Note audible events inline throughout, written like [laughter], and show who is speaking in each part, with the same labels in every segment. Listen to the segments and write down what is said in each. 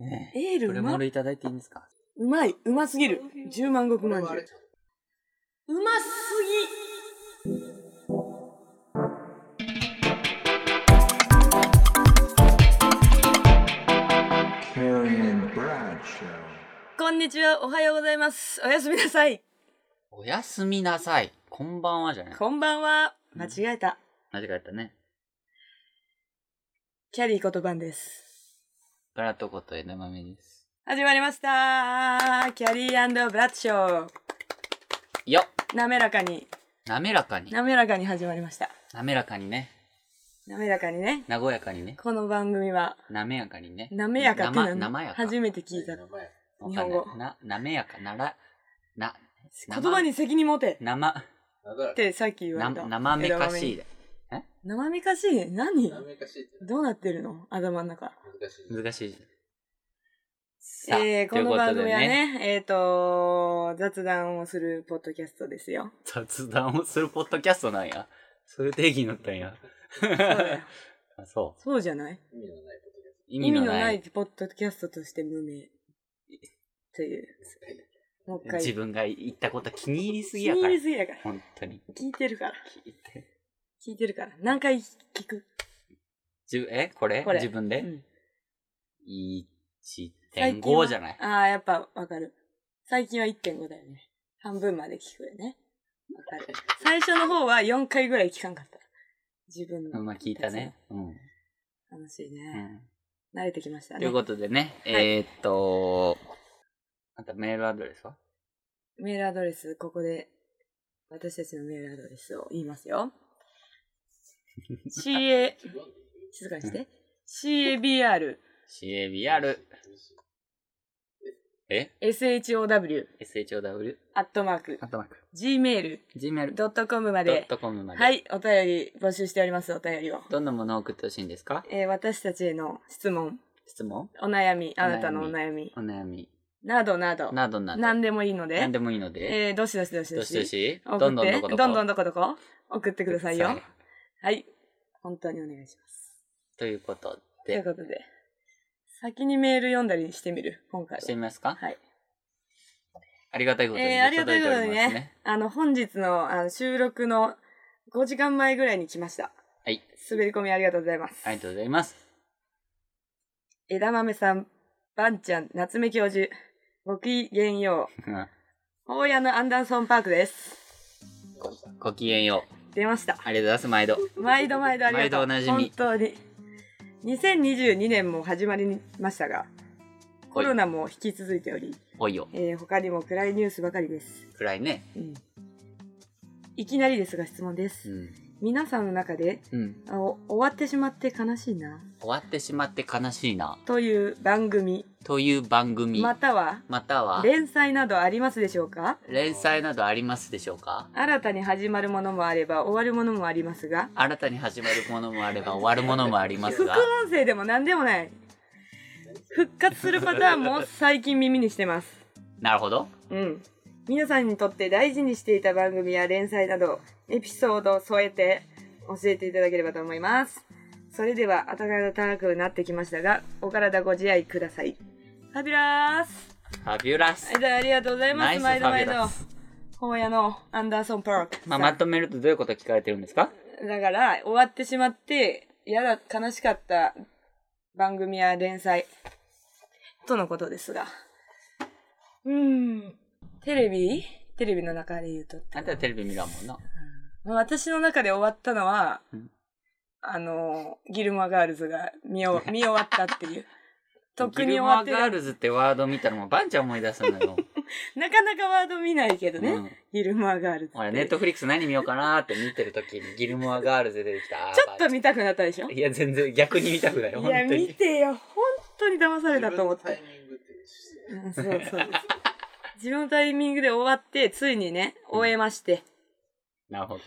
Speaker 1: ね
Speaker 2: エー
Speaker 1: え。
Speaker 2: ル
Speaker 1: これ
Speaker 2: うま
Speaker 1: 丸いただいていいんですか
Speaker 2: うまい。うますぎる。十万石まんじゅう。うますぎこんにちは。おはようございます。おやすみなさい。
Speaker 1: おやすみなさい。こんばんはじゃない。
Speaker 2: こんばんは。間違えた。
Speaker 1: 間違えたね。
Speaker 2: キャリーことばんです。
Speaker 1: ガラトコと枝豆です。
Speaker 2: 始まりました。キャリーブラッドショー。
Speaker 1: よっ
Speaker 2: 滑らかに、
Speaker 1: 滑らかに。
Speaker 2: 滑らかに始まりました。
Speaker 1: 滑らかにね。
Speaker 2: 滑らかにね。
Speaker 1: 和やかにね。
Speaker 2: この番組は、
Speaker 1: 滑やかにね。
Speaker 2: なめやかって
Speaker 1: な
Speaker 2: な
Speaker 1: 生やか。
Speaker 2: 初めて聞いた。
Speaker 1: わかん
Speaker 2: 日
Speaker 1: ない
Speaker 2: 本語
Speaker 1: な、なめやかなら、な、
Speaker 2: 言葉に責任持て
Speaker 1: 生、
Speaker 2: ってさっき言わ
Speaker 1: な
Speaker 2: れた。
Speaker 1: 生めかしいだ。
Speaker 2: 生めかしいね。何
Speaker 3: 難しいって
Speaker 2: どうなってるの頭の中。
Speaker 3: 難しい。
Speaker 1: 難しい。さあ
Speaker 2: えー、
Speaker 1: とい
Speaker 2: こ
Speaker 1: う
Speaker 2: の
Speaker 1: と
Speaker 2: 番
Speaker 1: で
Speaker 2: 組はね、えっ、と、雑談をするポッドキャストですよ。
Speaker 1: 雑談をするポッドキャストなんや。そういう定義になったんや。 [laughs]
Speaker 2: だよ
Speaker 1: あそ
Speaker 2: そうじゃない
Speaker 3: 意味のないことで
Speaker 1: う。意
Speaker 2: 意
Speaker 1: 味
Speaker 2: 味
Speaker 1: の
Speaker 2: の
Speaker 1: な
Speaker 2: ないい。ポッドキャストとして無名。という。
Speaker 3: すね。
Speaker 2: もう一回。
Speaker 1: 自分が言ったこと気に入りすぎ
Speaker 2: 気
Speaker 1: や
Speaker 2: に
Speaker 1: か
Speaker 2: 入
Speaker 1: ら
Speaker 2: り。すぎやから。
Speaker 1: 本当に。
Speaker 2: 聞いてるから。
Speaker 1: 聞いて。
Speaker 2: 聞いてるから。何回聞く
Speaker 1: じゅえこれ
Speaker 2: これ。
Speaker 1: 自分で、
Speaker 2: ん最近は
Speaker 1: ?1.5 じゃない。
Speaker 2: ああ、やっぱわかる。最近は1.5だよね。半分まで聞くよね。わかる。最初の方は4回ぐらい聞かんかった。自分
Speaker 1: う
Speaker 2: の
Speaker 1: んまあ聞いたね。うん。
Speaker 2: 楽しいうね。
Speaker 1: ん
Speaker 2: 慣れてきました
Speaker 1: とい
Speaker 2: ね
Speaker 1: う。ことでね、えーっと、あんたメールアドレスは
Speaker 2: メールアドレス、ここで私たちのメールアドレスを言いま
Speaker 1: [laughs]
Speaker 2: すよ。CA、静かにして。CABR、
Speaker 1: ?CABR、え
Speaker 2: SHOW、
Speaker 1: ?SHOW、
Speaker 2: アットマーク、
Speaker 1: アットマーク、
Speaker 2: gmail.com
Speaker 1: gmail.com
Speaker 2: まで、
Speaker 1: まで。
Speaker 2: は。い、お便り募集しております、お便りを。
Speaker 1: どんなものを送ってほしいんですか
Speaker 2: えー私たちへの質問、
Speaker 1: 質問
Speaker 2: お悩み、
Speaker 1: お悩
Speaker 2: あ
Speaker 1: み
Speaker 2: なたのお悩み
Speaker 1: お、悩み
Speaker 2: などなど、
Speaker 1: などなど。
Speaker 2: 何でもいいの
Speaker 1: 何で、
Speaker 2: で
Speaker 1: もいいので。
Speaker 2: えーどしどしどし
Speaker 1: ど
Speaker 2: ど
Speaker 1: しど
Speaker 2: し、
Speaker 1: し、
Speaker 2: 送って
Speaker 1: どんどんどこどこ。
Speaker 2: どんどんどこどこ、送ってくださいよ。はい、本当にお願いします。
Speaker 1: ということ
Speaker 2: とい
Speaker 1: で、
Speaker 2: うことで、先にメール読んだりしてみる、今回
Speaker 1: して
Speaker 2: は。
Speaker 1: みますか
Speaker 2: はい。
Speaker 1: ありがたいことに
Speaker 2: えーありがたいことに
Speaker 1: 届ております
Speaker 2: ね。、あの、本日のあの収録の5時間前ぐらいに来ました。
Speaker 1: はい。
Speaker 2: 滑り込みありがとうございます。
Speaker 1: ありがとうございます。 [laughs]
Speaker 2: 枝豆さん、ばんちゃん、夏目教授、ごきげんよう。大家のアンダーソンパークです。
Speaker 1: ごきげんよう。
Speaker 2: 出ました。
Speaker 1: ありがとうございます、毎度。
Speaker 2: 毎度毎度ありがと
Speaker 1: 毎
Speaker 2: う。
Speaker 1: 度おなじみ
Speaker 2: 本当に。2022年も始まりましたが、コロナも引き続いており、
Speaker 1: おいよ。
Speaker 2: えー他にも暗いニュースばかりです。
Speaker 1: 暗いね。
Speaker 2: いきなりですが質問で
Speaker 1: う
Speaker 2: す。
Speaker 1: ん。
Speaker 2: 皆さんの中で、
Speaker 1: うん。
Speaker 2: あお終わってしまって悲しいな、
Speaker 1: 終わってしまって悲しいな。
Speaker 2: という番組、
Speaker 1: という番組、
Speaker 2: ま
Speaker 1: ま
Speaker 2: たは、
Speaker 1: たは、
Speaker 2: 連載などありますでしょうか
Speaker 1: 連載などありますでしょうか
Speaker 2: 新たに始まるものもあれば終わるものもありますが
Speaker 1: 新たに始まるものもあれ
Speaker 2: [laughs]
Speaker 1: ば終わるものもあります
Speaker 2: 副
Speaker 1: が、
Speaker 2: 音声でも何でもない復活するパターンも最近耳にしてます
Speaker 1: なるほど。
Speaker 2: うん皆さんにとって大事にしていた番組や連載などエピソードを添えて教えていただければと思いますそれでは暖かくなってきましたがお体ご自愛くださいファビュラース
Speaker 1: ファビュラス
Speaker 2: はい。じゃあありがとうございま
Speaker 1: ナ
Speaker 2: す
Speaker 1: イスフ
Speaker 2: 毎度
Speaker 1: ァビ
Speaker 2: 毎
Speaker 1: ュ
Speaker 2: 度
Speaker 1: ラス。
Speaker 2: 本屋のアンダーソン・パーク
Speaker 1: まあ、まとめるとどういうこと聞かれてるんですか
Speaker 2: だから、終わってしまって、嫌だ、悲しかった番組や連載、とのことですが。うーん。テレビテレビの中で言うと。
Speaker 1: あんたはテレビ見らんもんな。
Speaker 2: まあ私の中で終わったのは、
Speaker 1: うん
Speaker 2: あの、ギルモアガールズが
Speaker 1: [laughs]
Speaker 2: 見終わ見終わったっていう。とっくに終
Speaker 1: ギルモ
Speaker 2: わ
Speaker 1: ア
Speaker 2: って
Speaker 1: ガー
Speaker 2: る。
Speaker 1: ルズってワード見たらもうバンちゃん思い出すのよ。
Speaker 2: なかなかワード見ないけどね。
Speaker 1: うん
Speaker 2: ギルモアガールズって。
Speaker 1: 俺、ネットフリックス何見ようかなーって見てるときにギルモアガールズで出てきた。
Speaker 2: [laughs] ちょっと見たくなったでしょ
Speaker 1: いや、全然逆に見たくない。
Speaker 2: い
Speaker 1: 本
Speaker 2: や、
Speaker 1: 当
Speaker 2: 見
Speaker 1: に。
Speaker 2: てよ。本当に騙されたと思っ
Speaker 3: 自分のタ
Speaker 2: て
Speaker 3: イ。ミングっていう
Speaker 2: うんそうそうです。自分のタイミングで終わ [laughs] って、ついにね、終えまして。
Speaker 1: なるほど。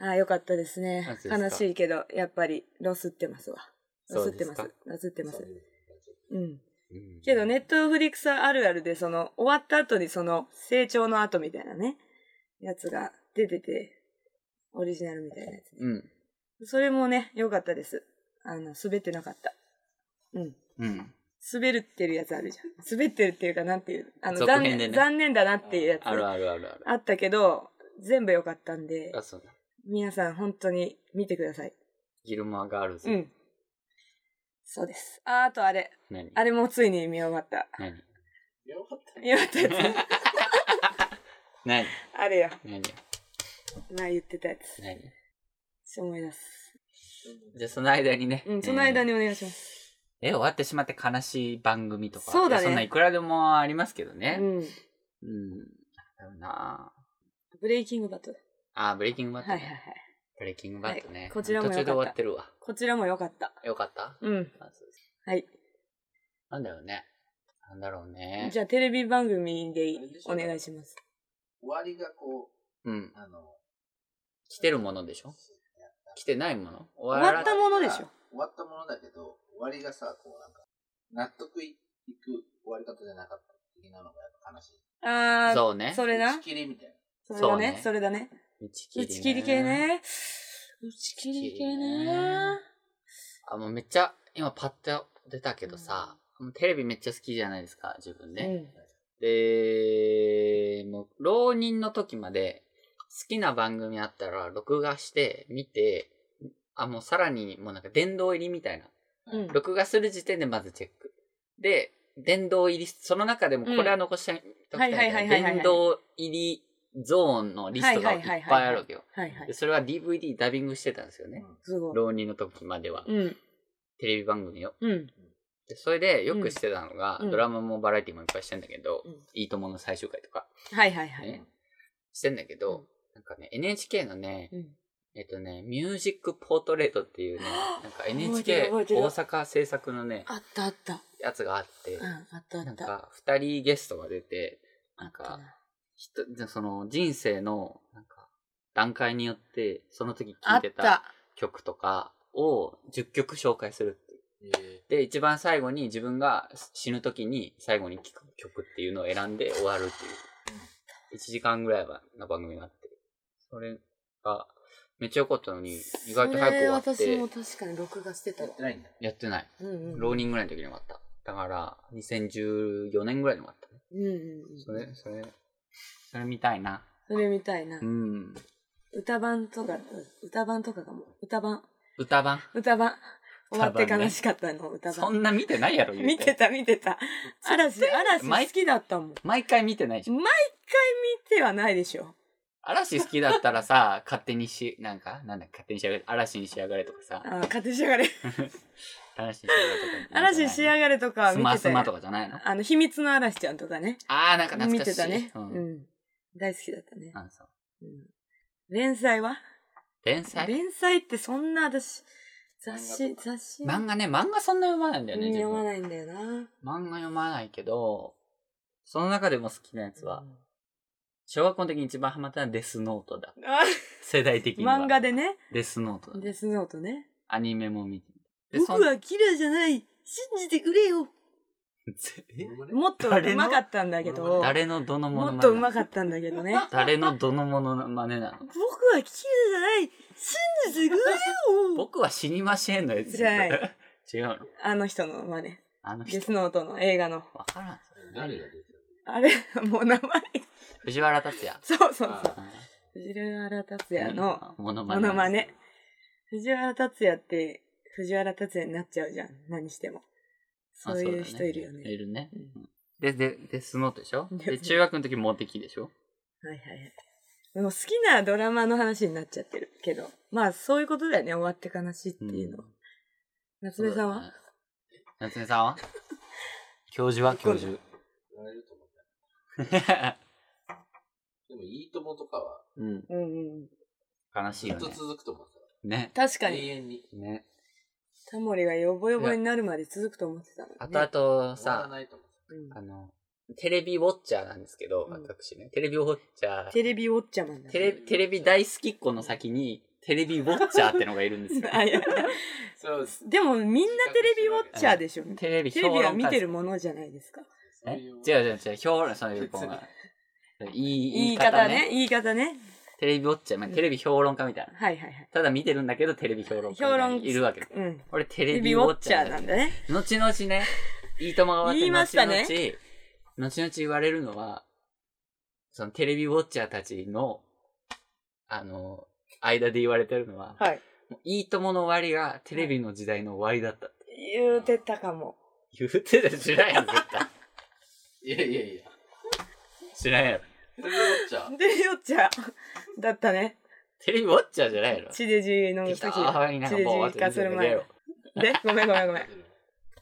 Speaker 2: ああ、よかったですね
Speaker 1: マジ。ですか
Speaker 2: 悲しいけど、やっぱり、ロスってますわ。ロスってま
Speaker 1: そう
Speaker 2: す
Speaker 1: で。
Speaker 2: ロスってます
Speaker 3: そう。
Speaker 2: うん。
Speaker 1: うん
Speaker 2: けど、ネットフリックスはあるあるで、その、終わった後にその、成長の後みたいなね、やつが出てて、オリジナルみたいなやつ。
Speaker 1: うん。
Speaker 2: それもね、良かったです。あの、滑ってなかった。うん。
Speaker 1: うん。
Speaker 2: 滑るってるやつあるじゃん。滑ってるっていうか、なんていう、あの、
Speaker 1: 続
Speaker 2: 残
Speaker 1: 編
Speaker 2: 念、
Speaker 1: でね
Speaker 2: 残念だなっていうやつ
Speaker 1: あるあるあるある。
Speaker 2: あったけど、全部良かったんで、
Speaker 1: あ、そうだ。
Speaker 2: 皆さん本当に見てください。
Speaker 1: ギルマガールズ。
Speaker 2: うん。そうです。あ、あとあれ。
Speaker 1: 何
Speaker 2: あれもついに見終わった。
Speaker 1: 何
Speaker 3: よかった。
Speaker 2: 見終わっ
Speaker 1: [laughs]
Speaker 2: たやつ。
Speaker 1: 何
Speaker 2: あれよ。
Speaker 1: 何
Speaker 2: 前言ってたやつ。
Speaker 1: 何
Speaker 2: ちょっと思い出す。
Speaker 1: じゃあその間にね。
Speaker 2: うん、その間
Speaker 1: に。
Speaker 2: にお願いします。
Speaker 1: え、終わってしまって悲しい番組とか。
Speaker 2: そうだね
Speaker 1: いやそんないくらでもありますけどね。
Speaker 2: うん。
Speaker 1: うん。なんだろうな
Speaker 2: ブレイキングバトル。
Speaker 1: あー、ブレイキングバッ
Speaker 2: はい
Speaker 1: ト、ね
Speaker 2: はいはい。
Speaker 1: ブレイキングバットね、
Speaker 2: はいこちらも
Speaker 1: 途中
Speaker 2: よかった
Speaker 1: で終わってるわ。
Speaker 2: こちらも良かった。
Speaker 1: よかった
Speaker 2: うん。
Speaker 1: あそうです
Speaker 2: はい。
Speaker 1: なんだろうね。なんだろうね。
Speaker 2: じ
Speaker 1: ゃ
Speaker 2: ゃあテレビ番組でいいお願いします。
Speaker 3: 終わりがこ
Speaker 1: うん
Speaker 3: う、。あの、
Speaker 1: 来てるものでしょ来てないもの終
Speaker 2: 終わった
Speaker 1: ら
Speaker 2: ものでしょ。
Speaker 3: 終わったものだけど、終わりがさ、こうなんか、納得いく終わり方じゃなかった的なのがやっぱ悲しい。
Speaker 2: あー、
Speaker 1: そうね。
Speaker 2: それな
Speaker 3: 打ち。切りみたいな。
Speaker 2: それだ
Speaker 1: そう
Speaker 2: ね
Speaker 1: ね。
Speaker 2: それだね。
Speaker 1: 打ち
Speaker 2: 打ち切り系。ね。打ち切り系ね。
Speaker 1: あ、もうめっちゃ、今パッと出たけどさ、もうテレビめっちゃ好きじゃないですか、自分
Speaker 2: う
Speaker 1: ね。
Speaker 2: ん。
Speaker 1: で、もう、浪人の時まで、好きな番組あったら、録画して、見て、あ、もうさらに、もうなんか殿堂入りみたいな。
Speaker 2: うん
Speaker 1: 録画する時点でまずチェック。で、殿堂入り、その中でもこれは残したいときたいみ
Speaker 2: はいは
Speaker 1: た
Speaker 2: い
Speaker 1: い
Speaker 2: は
Speaker 1: ない
Speaker 2: はいは
Speaker 1: 殿
Speaker 2: い
Speaker 1: 堂入りゾーンのリストがいっぱいあるわけよ。
Speaker 2: はいはい
Speaker 1: で。それは DVD ダビングしてたんですよね。
Speaker 2: すごい。
Speaker 1: 浪人の時までは。
Speaker 2: うん。
Speaker 1: テレビ番組を。
Speaker 2: うん。
Speaker 1: でそれでよくしてたのが、
Speaker 2: うん
Speaker 1: ドラマもバラエティもいっぱいしてんだけど、
Speaker 2: うん
Speaker 1: いいともの最終回とか
Speaker 2: はいはいはい。
Speaker 1: ねしてんだけど、
Speaker 2: うん
Speaker 1: なんかね、NHK のね、
Speaker 2: うん
Speaker 1: えっとね、ミュージックポートレートっていうね、なんか NHK
Speaker 2: 覚え
Speaker 1: 大
Speaker 2: てる覚え
Speaker 1: 阪制作のね、
Speaker 2: あったあった。
Speaker 1: やつがあって、
Speaker 2: うん、あったあ
Speaker 1: な
Speaker 2: っ
Speaker 1: ん
Speaker 2: た。
Speaker 1: か二人ゲストが出て、
Speaker 2: あ
Speaker 1: なん
Speaker 2: っ
Speaker 1: か
Speaker 2: た
Speaker 1: ひとでその人生のなんか段階によって、その時
Speaker 2: あ
Speaker 1: 聴い
Speaker 2: って
Speaker 1: た
Speaker 2: た。
Speaker 1: 曲とかを10曲紹介するっていう。
Speaker 3: え
Speaker 1: で、一番最後に自分が死ぬ時に最後に聴く曲っていうのを選んで終わるっていう。1時間ぐらいの番組があって。それが、めっちゃ良かったのに、意外と早く終わっ
Speaker 2: それ私も
Speaker 1: て、
Speaker 2: 確かに録画して
Speaker 3: ー、
Speaker 2: た
Speaker 3: や
Speaker 2: わ
Speaker 3: っ。てないんだ。
Speaker 1: やってない。
Speaker 2: うんうん。
Speaker 1: 浪人ぐらいの時に終わった。だから、2014年ぐらいに終わったね。
Speaker 2: うんうんうん。
Speaker 1: それ、それ、それ見たいな。
Speaker 2: それみたいな
Speaker 1: う。ん。
Speaker 2: 歌版とか、歌版とかかも。歌版。
Speaker 1: 歌版。
Speaker 2: 歌版。終わって
Speaker 1: 歌番ね
Speaker 2: 悲しかったの、歌
Speaker 1: そ
Speaker 2: 版。
Speaker 1: んな見てないやろ、言う
Speaker 2: 見て。た見てた。嵐、嵐
Speaker 1: 毎
Speaker 2: 好きだったもん。毎
Speaker 1: 毎回見てないじゃん。
Speaker 2: 回見てはないでしょ。
Speaker 1: 嵐好きだったらさ、勝手にし、なんか、なんだ、勝手に仕上がれ、嵐に仕上がれとかさ、
Speaker 2: あー勝手に仕上がれ。
Speaker 1: 嵐に仕上がれとか。
Speaker 2: 嵐仕上がれとかは
Speaker 1: ス
Speaker 2: 見てた
Speaker 1: マ
Speaker 2: よ
Speaker 1: スマとかじゃないの
Speaker 2: あの、秘密の嵐ちゃんとかね。
Speaker 1: あー、なんか懐
Speaker 2: 見
Speaker 1: かしい。
Speaker 2: てたね。
Speaker 1: う。
Speaker 2: うんん。大好きだったね。
Speaker 1: あそう。
Speaker 2: うん連載は
Speaker 1: 連載
Speaker 2: 連載ってそんな私、雑誌
Speaker 3: 漫画と、か
Speaker 2: 雑誌
Speaker 1: 漫画ね、漫画そんな読まないんだよね、
Speaker 2: うん
Speaker 1: 自
Speaker 2: 読ま
Speaker 1: 分。
Speaker 2: ないんだよな。
Speaker 1: 漫画読まないけど、その中でも好きなやつは
Speaker 2: う、ん
Speaker 1: 小学校の時に一番ハマったのはデスノートだ。
Speaker 2: あ
Speaker 1: 世代的には。
Speaker 2: 漫画で。ね。
Speaker 1: デスノートだ。
Speaker 2: デスノートね。
Speaker 1: アニメも見て。で
Speaker 2: 僕
Speaker 1: そん
Speaker 2: はキラーじゃない信じてくれよ
Speaker 1: え
Speaker 2: もっと
Speaker 1: 誰
Speaker 2: 上
Speaker 1: の
Speaker 2: 手かったんだけど、
Speaker 1: 誰のどのものま
Speaker 2: もっ
Speaker 1: ね
Speaker 2: と上手かったんだけどね。
Speaker 1: [laughs] 誰のどのものまねなの
Speaker 2: 僕はキラーじゃない信じてくれよ
Speaker 1: [laughs] 僕は死にましぇんのやつ。
Speaker 2: じゃない
Speaker 1: [laughs] 違うの
Speaker 2: あの人の真似。
Speaker 1: あの
Speaker 2: デ
Speaker 1: 人。
Speaker 2: スノートの映画の。
Speaker 1: わからん。
Speaker 3: 誰が出てる
Speaker 2: あれ、 [laughs] もう名前。
Speaker 1: 藤原竜也。
Speaker 2: そうそうそう
Speaker 3: あ。
Speaker 2: 藤原竜也の
Speaker 1: うん、ものま
Speaker 2: モ
Speaker 1: ね。
Speaker 2: ノマネ。藤原竜也って、藤原竜也になっちゃうじゃん。何しても。
Speaker 1: あ
Speaker 2: そういう人いるよ
Speaker 1: い
Speaker 2: ね。
Speaker 1: るね
Speaker 2: う。
Speaker 1: で、で、デスノートでしょ
Speaker 2: デスノー
Speaker 1: で、
Speaker 2: ト
Speaker 1: 中学の時モテキでしょ
Speaker 2: はいはいはい。でも好きなドラマの話になっちゃってるけど。まあそういうことだよね。終わって悲しいっていうのは。夏目さんは、
Speaker 1: 夏目さんは [laughs] 教授は教授。
Speaker 3: 言われると思った。でも、いいともとかは、
Speaker 1: [laughs] うん。
Speaker 2: うんうんうん。
Speaker 1: 悲しい
Speaker 3: ず
Speaker 1: よ
Speaker 3: っと
Speaker 1: ね。
Speaker 3: 続くと思っ
Speaker 1: ね。
Speaker 2: 確
Speaker 3: た。
Speaker 2: か
Speaker 3: 永
Speaker 2: に、
Speaker 3: 遠に。
Speaker 1: ね。
Speaker 2: タモリがヨボヨボになるまで続くと思ってたの、ね。
Speaker 1: あとあと
Speaker 3: 終わら
Speaker 1: さ、
Speaker 3: ないと思う。
Speaker 2: うん
Speaker 1: あの、テレビウォッチャーなんですけど、
Speaker 2: うん
Speaker 1: 私ね。テレビウォッチャー。
Speaker 2: テレビウォッチャーマンだ、
Speaker 1: テレテレビ大好きっ子の先に、テレビウォッチャーってのがいるんですよ。
Speaker 2: [laughs] あいや
Speaker 3: そうです。
Speaker 2: でもみんなテレビウォッチャーでしょ。
Speaker 1: テレビ
Speaker 2: テレ
Speaker 1: 評
Speaker 2: ビは
Speaker 1: 論
Speaker 2: 見
Speaker 1: 家
Speaker 2: て
Speaker 1: です
Speaker 2: る。ものじゃないですか。
Speaker 1: え違う
Speaker 3: う。
Speaker 1: 違う違う、評論、そういうこう
Speaker 3: 別
Speaker 1: いい
Speaker 2: 言
Speaker 1: 言
Speaker 2: い
Speaker 1: い
Speaker 2: 方
Speaker 1: 方
Speaker 2: ね。
Speaker 1: ね。
Speaker 2: 言い方ね。
Speaker 1: テレビウォッチャー、まあ、テレビ評論家みたいな。
Speaker 2: はいはいはい。
Speaker 1: ただ見てるんだけど、テレビ評論家みたいな
Speaker 2: 評論
Speaker 1: いるわけ。
Speaker 2: うん。
Speaker 1: 俺テ
Speaker 2: テレ
Speaker 1: レ
Speaker 2: ビ
Speaker 1: ビ
Speaker 2: ウ
Speaker 1: ウ
Speaker 2: ォ
Speaker 1: ォッ
Speaker 2: ッチ
Speaker 1: チ
Speaker 2: ャ
Speaker 1: ャー
Speaker 2: ーな
Speaker 1: なんんだ。
Speaker 2: だね。
Speaker 1: 後々ね、いいともが終
Speaker 2: 言い
Speaker 1: わ
Speaker 2: ま
Speaker 1: っ、
Speaker 2: して
Speaker 1: 後
Speaker 2: た
Speaker 1: 々、
Speaker 2: ね
Speaker 1: 後々言われるのは、そのテレビウォッチャーたちの、あの、間で言われてるのは、
Speaker 2: はい。
Speaker 1: もういいともの終わりがテレビの時代の終わりだったって。
Speaker 2: 言うてたかも。
Speaker 1: 言うてた知らんやろ、絶
Speaker 2: [laughs]
Speaker 1: 対。
Speaker 3: いやいやいや。
Speaker 1: 知らんやろ。
Speaker 3: テレビウォッチャー。
Speaker 2: で、よっちゃんだったね。
Speaker 1: テレビウォッチャーじゃないやろ。
Speaker 2: 地デジの
Speaker 1: 適
Speaker 2: 時。
Speaker 1: 当な母親になんか
Speaker 2: 地デジ
Speaker 1: ボーって
Speaker 2: 化する前
Speaker 1: 見せてあげろ
Speaker 2: で、ごめんごめん
Speaker 1: [laughs]
Speaker 2: ごめん。
Speaker 1: い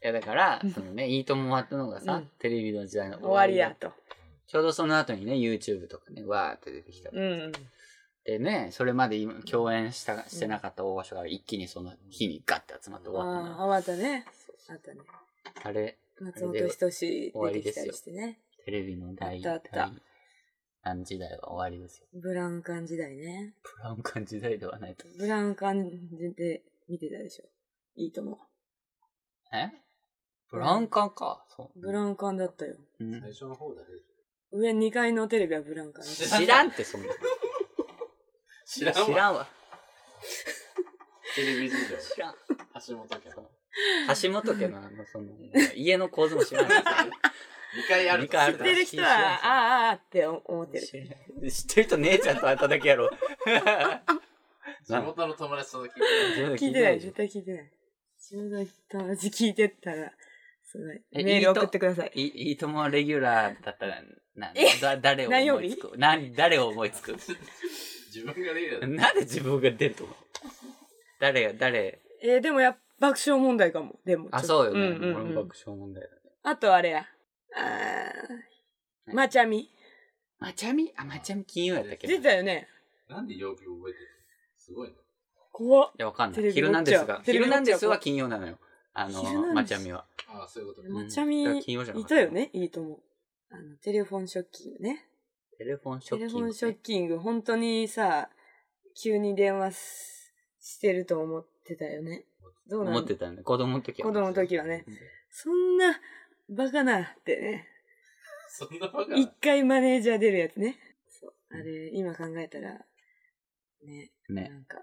Speaker 1: やだから、そのね、
Speaker 2: [laughs]
Speaker 1: いいとも終わったのがさ、
Speaker 2: うん
Speaker 1: テレビの時代の終
Speaker 2: 終
Speaker 1: わ
Speaker 2: わ
Speaker 1: り
Speaker 2: り
Speaker 1: だ
Speaker 2: やと。
Speaker 1: ちょうどその後にね、YouTube とかね、わーって出てきた。
Speaker 2: うん。
Speaker 1: でね、それまで今共演したしてなかった大御所が一気にその日にガッて集まって終わった
Speaker 2: あ
Speaker 1: の
Speaker 2: あ、終わったね。あったね。
Speaker 1: あれ、
Speaker 2: 松本人志出てきたりしてね。
Speaker 1: テレビの第
Speaker 2: あったあっ
Speaker 1: 第何時代は終わりですよ。
Speaker 2: ブラウン管時代ね。
Speaker 1: ブラウン管時代ではないと。
Speaker 2: ブラウン管で見てたでしょ。いいとも。
Speaker 1: えブラウン管か。そう。
Speaker 2: ブラウン管だったよ。
Speaker 1: うん
Speaker 3: 最初の方だね。
Speaker 2: 上2階のテレビはブラウン管だった。
Speaker 1: 知らんって、そんな。
Speaker 3: 知らんわ。
Speaker 1: 知らんわ。
Speaker 3: テレビ事情。
Speaker 1: 知らん。
Speaker 3: 橋本家の。
Speaker 1: 橋本家のあの、その、家の構図も知らん。
Speaker 3: 2回ある
Speaker 1: 二回あ
Speaker 2: 知ってる人は、
Speaker 1: 知らん
Speaker 2: ああああって思ってる。
Speaker 1: 知ってる人姉ちゃんと会っただけや [laughs] ろ。
Speaker 3: 地元の友達との聞いて
Speaker 2: 聞いてない、絶対聞いてない。自分の友達聞いてたら、すご
Speaker 1: え
Speaker 2: い。メー
Speaker 1: いいと
Speaker 2: ル送ってください。
Speaker 1: いいいともレギュラーだったら、な、だ誰を
Speaker 2: 何曜
Speaker 1: 思
Speaker 2: 日
Speaker 1: いつく何、誰を思いつく
Speaker 3: 自分がレギュラーだ
Speaker 1: なんで自分が出ると思う誰が、誰、
Speaker 2: えーでもやっぱ爆笑問題かも。でも。
Speaker 1: あ、そうよね。
Speaker 2: うんうんうん
Speaker 1: 俺も爆笑問題だね。
Speaker 2: あとあれや。あー、まちゃみ。
Speaker 1: まちゃみあ、まちゃみ金曜やったっけな
Speaker 2: 出てたよね。
Speaker 3: なんでよく覚えてるすごいね。
Speaker 2: 怖っ。
Speaker 1: いや、わかんな
Speaker 2: テ
Speaker 1: い。
Speaker 2: レビ
Speaker 1: ヒルナンデス
Speaker 2: ウォッチャ
Speaker 1: が
Speaker 2: ー。テ
Speaker 1: ヒ
Speaker 2: レビウ
Speaker 1: ル
Speaker 2: ォッチャー
Speaker 1: ナンデスは金曜なのよ。あ
Speaker 2: ヒルナンデ
Speaker 1: の、
Speaker 2: ス
Speaker 1: まちゃみは。
Speaker 3: ああ、そういうことね。
Speaker 2: まちゃみ、
Speaker 1: うんだから金曜じゃなか
Speaker 2: い
Speaker 1: った
Speaker 2: たよね。いいとも。あの、テレフォンショッキングね。
Speaker 1: テレフォンショ
Speaker 2: テ
Speaker 1: ッキン
Speaker 2: レ
Speaker 1: グ。
Speaker 2: フォンショッキング、本当にさ、急に電話すしてると思ってたよね。どうな
Speaker 1: 思
Speaker 2: の
Speaker 1: ってたよね。子供の時は。
Speaker 2: 子供の時はね
Speaker 1: うん。
Speaker 2: そんな、バカなってね。
Speaker 3: そんなバカ
Speaker 2: 一
Speaker 3: な。
Speaker 2: 回マネージャー出るやつね。そう。あれ、今考えたら、ね、
Speaker 1: ね。
Speaker 2: なんか。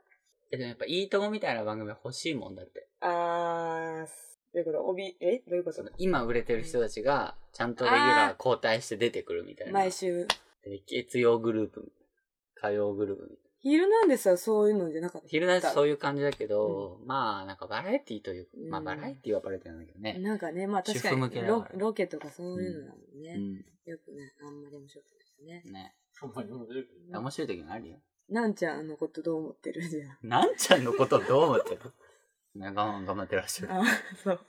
Speaker 1: でもやっぱ、いいともみたいな番組欲しいもんだって。
Speaker 2: あー、どういうこと帯、えどういうこ
Speaker 1: そ
Speaker 2: と
Speaker 1: の今売れてる人たちが、ちゃんとレギュラー交代して出てくるみたいな。
Speaker 2: 毎週。
Speaker 1: で月曜グループ、火曜グループみたいな。
Speaker 2: ヒルナンデスはそういうのじゃなかった。
Speaker 1: 昼なんてそういう感じだけど、まあ、なんかバラエティというか
Speaker 2: うん
Speaker 1: まあバラエティはバラエティなんだけどね。
Speaker 2: なんかね、まあ確か
Speaker 1: 主婦向け
Speaker 2: に
Speaker 1: だ
Speaker 2: ロ
Speaker 1: から
Speaker 2: ロケとかそういうのなのね、
Speaker 1: う
Speaker 2: よくね、あんまり面白くないですね。
Speaker 1: ん。ね。
Speaker 3: ほんまに面白い
Speaker 1: 面白い時もあるよ。
Speaker 2: なんちゃんのことどう思ってるじゃん。
Speaker 1: なんちゃんのことどう思ってる [laughs] ね、頑張頑張ってらっしゃる。
Speaker 2: あ、そう。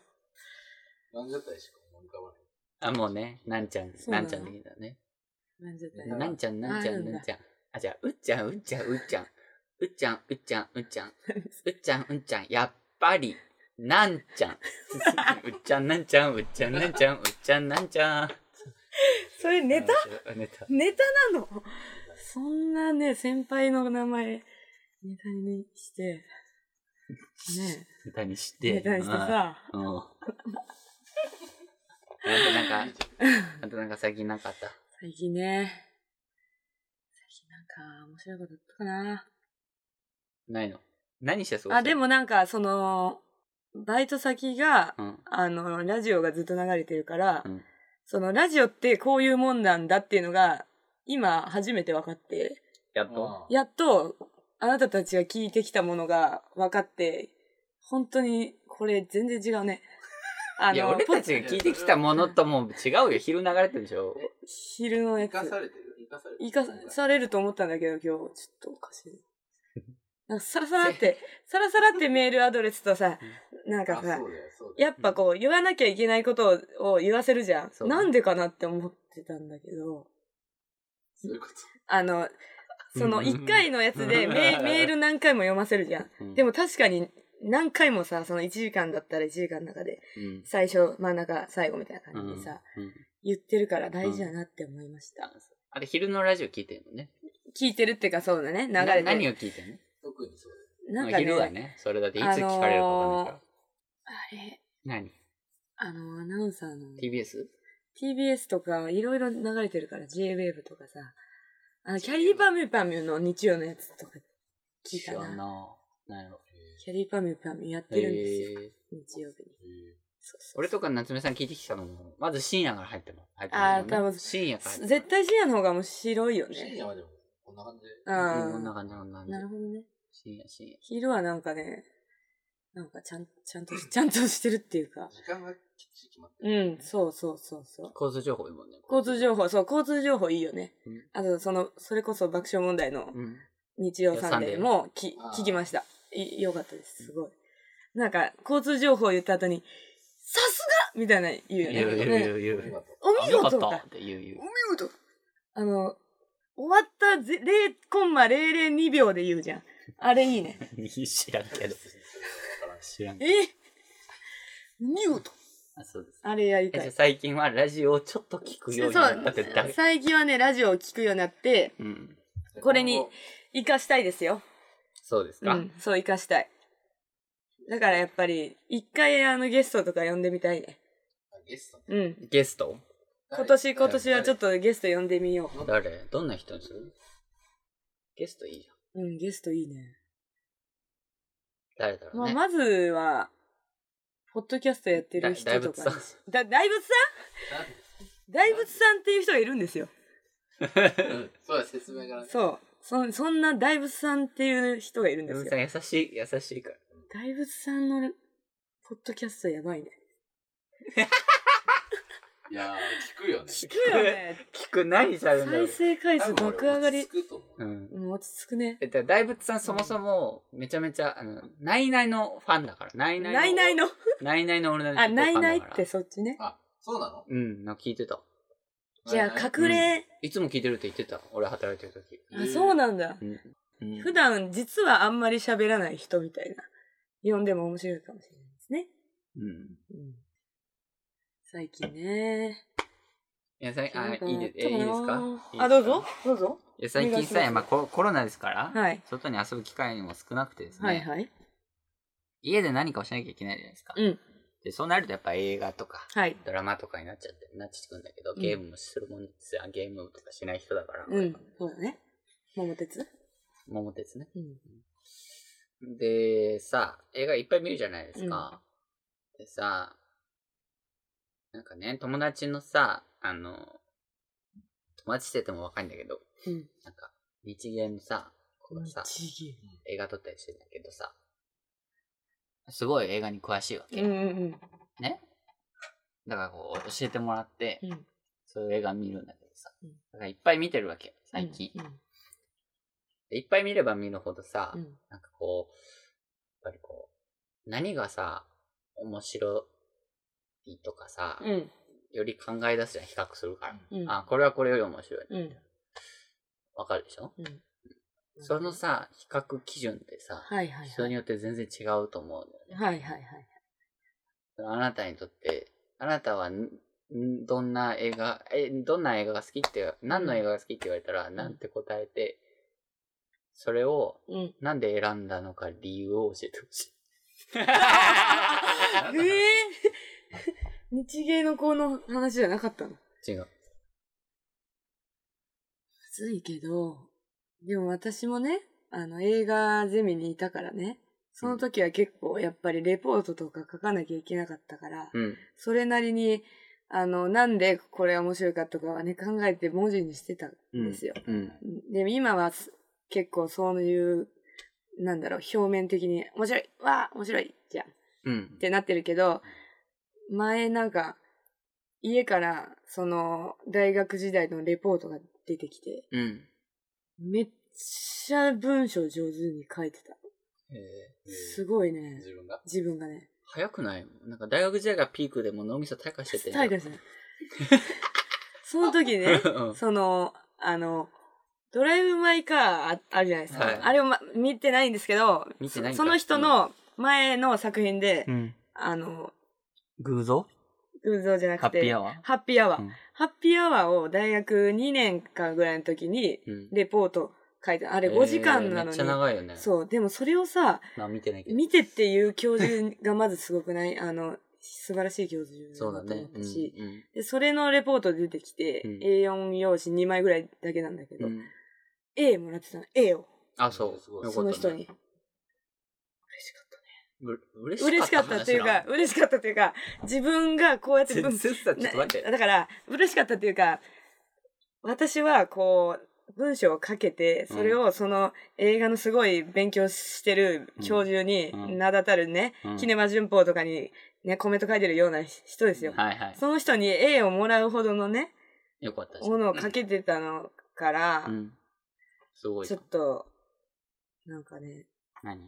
Speaker 3: なんじゃったりしか思い浮かばない。
Speaker 1: あ、もうね、なんちゃん、
Speaker 2: そう
Speaker 1: な
Speaker 2: なの
Speaker 1: んちゃんでいいんだね。
Speaker 2: なんじゃったよ。
Speaker 1: なんちゃん、なんちゃ
Speaker 2: あるん
Speaker 1: ん、
Speaker 2: だ
Speaker 1: なんちゃん。あ、じゃあ、うっちゃん、うっちゃん、うっちゃん。うっちゃん、うっちゃん、うっちゃ
Speaker 2: [laughs]
Speaker 1: ん。うっちゃん、うっちゃん、やっぱり、なんちゃん。 [laughs] うっちゃん、なんちゃん、うっちゃん、なんちゃん、うっちゃん、なんちゃん。
Speaker 2: それネタ
Speaker 1: あネタ。
Speaker 2: ネタなのそんなね、先輩の名前、ネタにして、ね
Speaker 1: ネタにして。
Speaker 2: ネタにしてさ、
Speaker 1: うん。うん。あとなんか、あ
Speaker 2: [laughs]
Speaker 1: となんか最近なんかあった。
Speaker 2: 最近ね、最近なんか面白いことあったかな。
Speaker 1: ないの。何してそう
Speaker 2: あ、で。もなんか、その、バイト先が、
Speaker 1: うん。
Speaker 2: あの、ラジオがずっと流れてるから、
Speaker 1: うん
Speaker 2: その、ラジオってこういうもんなんだっていうのが、今、初めて分かって、
Speaker 1: やっと
Speaker 2: やっと、あなたたちが聞いてきたものが分かって、本当に、これ全然違うね。あ
Speaker 1: いや、俺たちが聞いてきたものとも違うよ。昼流れてるでしょ。
Speaker 2: 昼のや
Speaker 3: 生
Speaker 2: つ
Speaker 3: か、されてる生かされてる
Speaker 2: 生かされると思ったんだけど、今日、ちょっとおかしい。なんか、さらさらって、さらさらってメールアドレスとさ、なん
Speaker 3: あ、
Speaker 2: かさ
Speaker 3: そ、うだよ、そうだよ。
Speaker 2: やっぱこう、言わなきゃいけないことをを言わせるじゃ
Speaker 1: そ
Speaker 2: ん。
Speaker 1: う
Speaker 2: なんでかなって思ってたんだけど、
Speaker 3: そういうこと。
Speaker 2: あの、その
Speaker 1: うん
Speaker 2: 1回のやつでメメール何回も読ませるじゃん。
Speaker 1: うん
Speaker 2: で、も確かに何回もさ、その1時間だったら1時間の中で、
Speaker 1: うん。
Speaker 2: 最初、真ん中、最後みたいな
Speaker 1: う
Speaker 2: 感じ
Speaker 1: ん
Speaker 2: でさ、
Speaker 1: うん
Speaker 2: 言ってるから大事だなって思いました。
Speaker 1: あれ、昼のラジオ聞いてるのね。
Speaker 2: 聞いてるってかそうだね、流れて
Speaker 1: な
Speaker 2: る。
Speaker 1: 何を聞いてる
Speaker 3: 特にそうだよ。
Speaker 1: の
Speaker 2: なん
Speaker 1: まあ
Speaker 2: か
Speaker 1: 昼は
Speaker 2: ね、
Speaker 1: ね、それだっていつ聞かれるかわかんないから。
Speaker 2: あれ、
Speaker 1: 何
Speaker 2: あの、アナウンサーの
Speaker 1: ?TBS?
Speaker 2: TBS とかいろいろ流れてるから、JWAVE とかさ、あの、キャリーパミュパミュの日曜のやつとか聞いた
Speaker 1: 知らん
Speaker 2: な。
Speaker 1: な。何やろ。
Speaker 2: キャリーパミュパミュやっ
Speaker 1: へ
Speaker 2: てるんですよ。
Speaker 1: ー
Speaker 2: 日曜日に。
Speaker 1: 俺とか夏目さん聞いてきたのも、まず深夜から入っても。入って
Speaker 2: あー
Speaker 1: も
Speaker 2: 多分
Speaker 1: 深夜から入っても。
Speaker 2: 絶対深夜の方が面白いよ
Speaker 3: 深
Speaker 2: ね。
Speaker 3: 夜はでも、こんな感じで。
Speaker 1: う
Speaker 2: う
Speaker 1: んこん
Speaker 2: ん。
Speaker 1: な感じ、こんな感じ
Speaker 2: な。るほどね。
Speaker 1: 深夜、深夜。
Speaker 2: 昼はなんかね、なんかちゃん、ちゃんとし、ちゃ [laughs] んとしてるっていうか。
Speaker 3: 時間がきっちり決まってる。
Speaker 2: うん、そうそうそうそう。
Speaker 1: 交通情報いいもんね。
Speaker 2: 交通情報、そう、交通情報いいよね
Speaker 1: うん。
Speaker 2: あと、その、それこそ爆笑問題の
Speaker 1: うん。
Speaker 2: 日曜サンデーもき
Speaker 3: あー
Speaker 2: 聞きました。いよかったです。すごい。なんか、交通情報言った後に、さすがみたいな言うよね。
Speaker 1: 言う言う言う言う
Speaker 2: [laughs]
Speaker 3: よかった
Speaker 2: お見
Speaker 1: あよか
Speaker 2: 事
Speaker 1: った
Speaker 2: だ
Speaker 1: って言う言う
Speaker 2: お。見事あの、終わったぜ0コンマ002秒で言うじゃん。あれいいね。
Speaker 1: 知らんけど。知らんけ
Speaker 2: [laughs] え
Speaker 1: ど。
Speaker 2: お見事
Speaker 1: あ、そうです。
Speaker 2: あれやり
Speaker 1: え
Speaker 2: た
Speaker 1: じゃあ
Speaker 2: い。
Speaker 1: 最近はラジオをちょっと聞くようになったってだ
Speaker 2: そう、最近はね、ラジオを聞くようになって、
Speaker 1: うん。
Speaker 2: これに。活かしたいですよ。
Speaker 1: そうです
Speaker 2: う
Speaker 1: か。
Speaker 2: ん、そう活かしたい。だからやっぱり、一回あのゲストとか呼んでみたいね。
Speaker 3: ゲストね。
Speaker 2: うん。
Speaker 1: ゲスト
Speaker 2: 今年、今年はちょっ
Speaker 3: と。
Speaker 2: とゲスト呼んでみよ
Speaker 1: 誰どんな人にするゲストいいじゃん。
Speaker 2: う。うん、ゲストいいね。
Speaker 1: 誰だろう
Speaker 2: まあ、
Speaker 1: ね。
Speaker 2: まずは、ポッドキャストやって
Speaker 1: だ
Speaker 2: る
Speaker 1: 大
Speaker 2: 人と
Speaker 1: 仏
Speaker 2: か
Speaker 1: さん。
Speaker 2: にだ大仏さ
Speaker 3: 誰
Speaker 2: ん大仏さんっていう人がいるんですよ。
Speaker 3: うんそうだ、説明がね。
Speaker 2: そう。そそんな大仏さんっていう人がいるん
Speaker 1: 大
Speaker 2: です
Speaker 1: 仏さ
Speaker 2: よ。
Speaker 1: ん優しい、優しいから。
Speaker 2: 大仏さんのポッドキャストやばいね。
Speaker 3: いやー、聞くよね。
Speaker 2: 聞くよね。
Speaker 1: 聞く、何されるんだろ
Speaker 2: 再
Speaker 1: う。
Speaker 2: 生回数
Speaker 3: 多分
Speaker 2: 爆上が
Speaker 3: 俺
Speaker 2: り
Speaker 3: 落。ち着くと思う。
Speaker 1: うん。
Speaker 2: うん落ち着くね。
Speaker 1: えっと、大仏さんそもそも、めちゃめちゃ、あの、ナイナイのファンだから。ナイナイの。
Speaker 2: ないない。の。
Speaker 1: ナイナイの俺の
Speaker 2: あ、ないないってそっちね。
Speaker 3: あ、そうなの
Speaker 1: うん、なんか聞いてた。
Speaker 2: じゃ
Speaker 3: な
Speaker 2: あ
Speaker 3: いない
Speaker 2: 隠れ、
Speaker 1: いつも聞いてるって言ってた。俺働いてる時。
Speaker 3: うん
Speaker 2: あ、そうなんだ。
Speaker 1: うん。うん
Speaker 2: 普段実はあんまり喋らない人みたいな。読んでも面白いかもしれないですね。
Speaker 1: うん。
Speaker 2: うん、最近ね。
Speaker 1: いや、さい、あ、
Speaker 2: なんか
Speaker 1: いいで、え、いい
Speaker 2: あ
Speaker 1: で
Speaker 2: った
Speaker 1: す
Speaker 2: かな
Speaker 1: か
Speaker 2: あ、どうぞ。。どうぞ。
Speaker 1: いいですかいや、最近
Speaker 2: お願いしま
Speaker 1: さ、
Speaker 2: す
Speaker 1: まあコロ、コロナですから、
Speaker 2: はい。
Speaker 1: 外に遊ぶ機会も少なくてですね、
Speaker 2: はいはい。
Speaker 1: 家で何かをしなきゃいけないじゃないですか。
Speaker 2: うん。
Speaker 1: で、そうなるとやっぱ映画とか、
Speaker 2: はい。
Speaker 1: ドラマとかになっちゃって、なっちゃってくんだけど、
Speaker 2: うん
Speaker 1: ゲームもするもんですよ。ゲームとかしない人だから、
Speaker 2: うん。そうだね。桃鉄
Speaker 1: 桃鉄ね。
Speaker 2: うん。
Speaker 1: で、さ、映画いっぱい見るじゃないですか。でさ、なんかね、友達のさ、あの、友達しててもわかんないんだけど、
Speaker 2: うん。
Speaker 1: なんか、日芸のさ、子がさ、
Speaker 2: 日
Speaker 1: 映画撮ったりしてんだけどさ、すごい映画に詳しいわけ。
Speaker 2: うんうん
Speaker 1: ね。だからこう、教えてもらって、
Speaker 2: うん。
Speaker 1: そういう映画見るんだけどさ
Speaker 2: うん、
Speaker 1: だからいっぱい見てるわけ、最近。
Speaker 2: う
Speaker 1: でいっぱい見れば見るほどさ、
Speaker 2: ん。うん。
Speaker 1: なんかこう、やっぱりこう、何がさ、面白いとかさ、
Speaker 2: うん。
Speaker 1: より考え出すじゃん、比較するから。
Speaker 2: うん。
Speaker 1: あ、これはこれより面白い。
Speaker 2: うん。
Speaker 1: わかるでしょ、
Speaker 2: うん。
Speaker 1: そのさ、比較基準ってさ、
Speaker 2: はいはい
Speaker 1: 人
Speaker 2: はい。
Speaker 1: によって全然違うと思うんだよね。
Speaker 2: はいはいはい。
Speaker 1: あなたにとって、あなたはん、んどんな映画、え、どんな映画が好きって、何の映画が好きって言われたら、なんて答えて、それを、
Speaker 2: うん。
Speaker 1: なんで選んだのか理由を教えてほしい。
Speaker 2: [laughs] ええ日芸の子の話じゃなかったのむ
Speaker 1: [laughs] 違う。
Speaker 2: ずいけど、でも私もね、あの映画ゼミにいたからね、その時は結構やっぱりレポートとか書かなきゃいけなかったから、
Speaker 1: うん。
Speaker 2: それなりに、あの、なんでこれ面白いかとかはね、考えて文字にしてたんですよ。
Speaker 1: うん。
Speaker 2: でも今はす結構そういう、なんだろう、表面的に、面白いわあ面白いじゃんっ
Speaker 1: うん。
Speaker 2: てなってるけど、前なんか、家から、その、大学時代のレポートが出てきて、
Speaker 1: うん。
Speaker 2: めっちゃ文章上手に書いてた。
Speaker 1: えー
Speaker 2: すごいね。
Speaker 3: 自分が
Speaker 2: 自分がね。
Speaker 1: 早くないなんか大学時代がピークでもう脳みそ退化してて。
Speaker 2: 大河さん。その時ね、
Speaker 1: [laughs] うん
Speaker 2: その、あの、ドライブ・マイ・カーああるじゃないですか。
Speaker 1: はい
Speaker 2: あれを、ま、見てないんですけど、
Speaker 1: 見てないんか
Speaker 2: その人の前の作品で、
Speaker 1: うん。
Speaker 2: あの、
Speaker 1: 偶像
Speaker 2: 偶像じゃな
Speaker 1: ハ
Speaker 2: く
Speaker 1: ッピー
Speaker 2: て、
Speaker 1: アワー
Speaker 2: ハッピーアワー。
Speaker 1: うん
Speaker 2: ハッピーアワーを大学2年間ぐらいの時に、
Speaker 1: うん。
Speaker 2: レポート書いて、あ
Speaker 1: え
Speaker 2: れ5時間な
Speaker 1: ーめ
Speaker 2: の
Speaker 1: っ
Speaker 2: に。
Speaker 1: ちゃ長いよね。う。
Speaker 2: そう、でもそれをさ、
Speaker 1: まあ見てないけど。
Speaker 2: 見てっていう教授がまずすごくないあの、素晴らしい教授
Speaker 1: そうだ
Speaker 2: だと思
Speaker 1: ね
Speaker 2: っ。
Speaker 1: う
Speaker 2: た
Speaker 1: ん
Speaker 2: し、でそれのレポート出てきて、
Speaker 1: うん
Speaker 2: A4 用紙2枚ぐらいだけなんだけ
Speaker 1: う
Speaker 2: ど、
Speaker 1: ん。うん
Speaker 2: A もらってたの、A を、
Speaker 1: あ、そう。
Speaker 3: すご
Speaker 1: よ
Speaker 3: い
Speaker 1: かったね
Speaker 2: その人に。嬉しかったね。
Speaker 1: う
Speaker 2: 嬉
Speaker 1: 嬉
Speaker 2: しかったっていうか、嬉しかったっていうか、自分がこうやって
Speaker 1: 全
Speaker 2: 分
Speaker 1: 然さ、ちょっと待って。
Speaker 2: [laughs] だから、嬉しかったっていうか、私はこう、文章を書けて、それをその映画のすごい勉強してる教授に
Speaker 1: うん
Speaker 2: 名だたるね、
Speaker 1: うん
Speaker 2: キネマ旬報とかにね、コメント書いてるような人ですよ。
Speaker 1: はいはい。
Speaker 2: その人に A をもらうほどのね、
Speaker 1: よかったです
Speaker 2: ものを書けてたのから
Speaker 1: う、ん。すごい
Speaker 2: ちょ。っと、なんかね、
Speaker 1: 何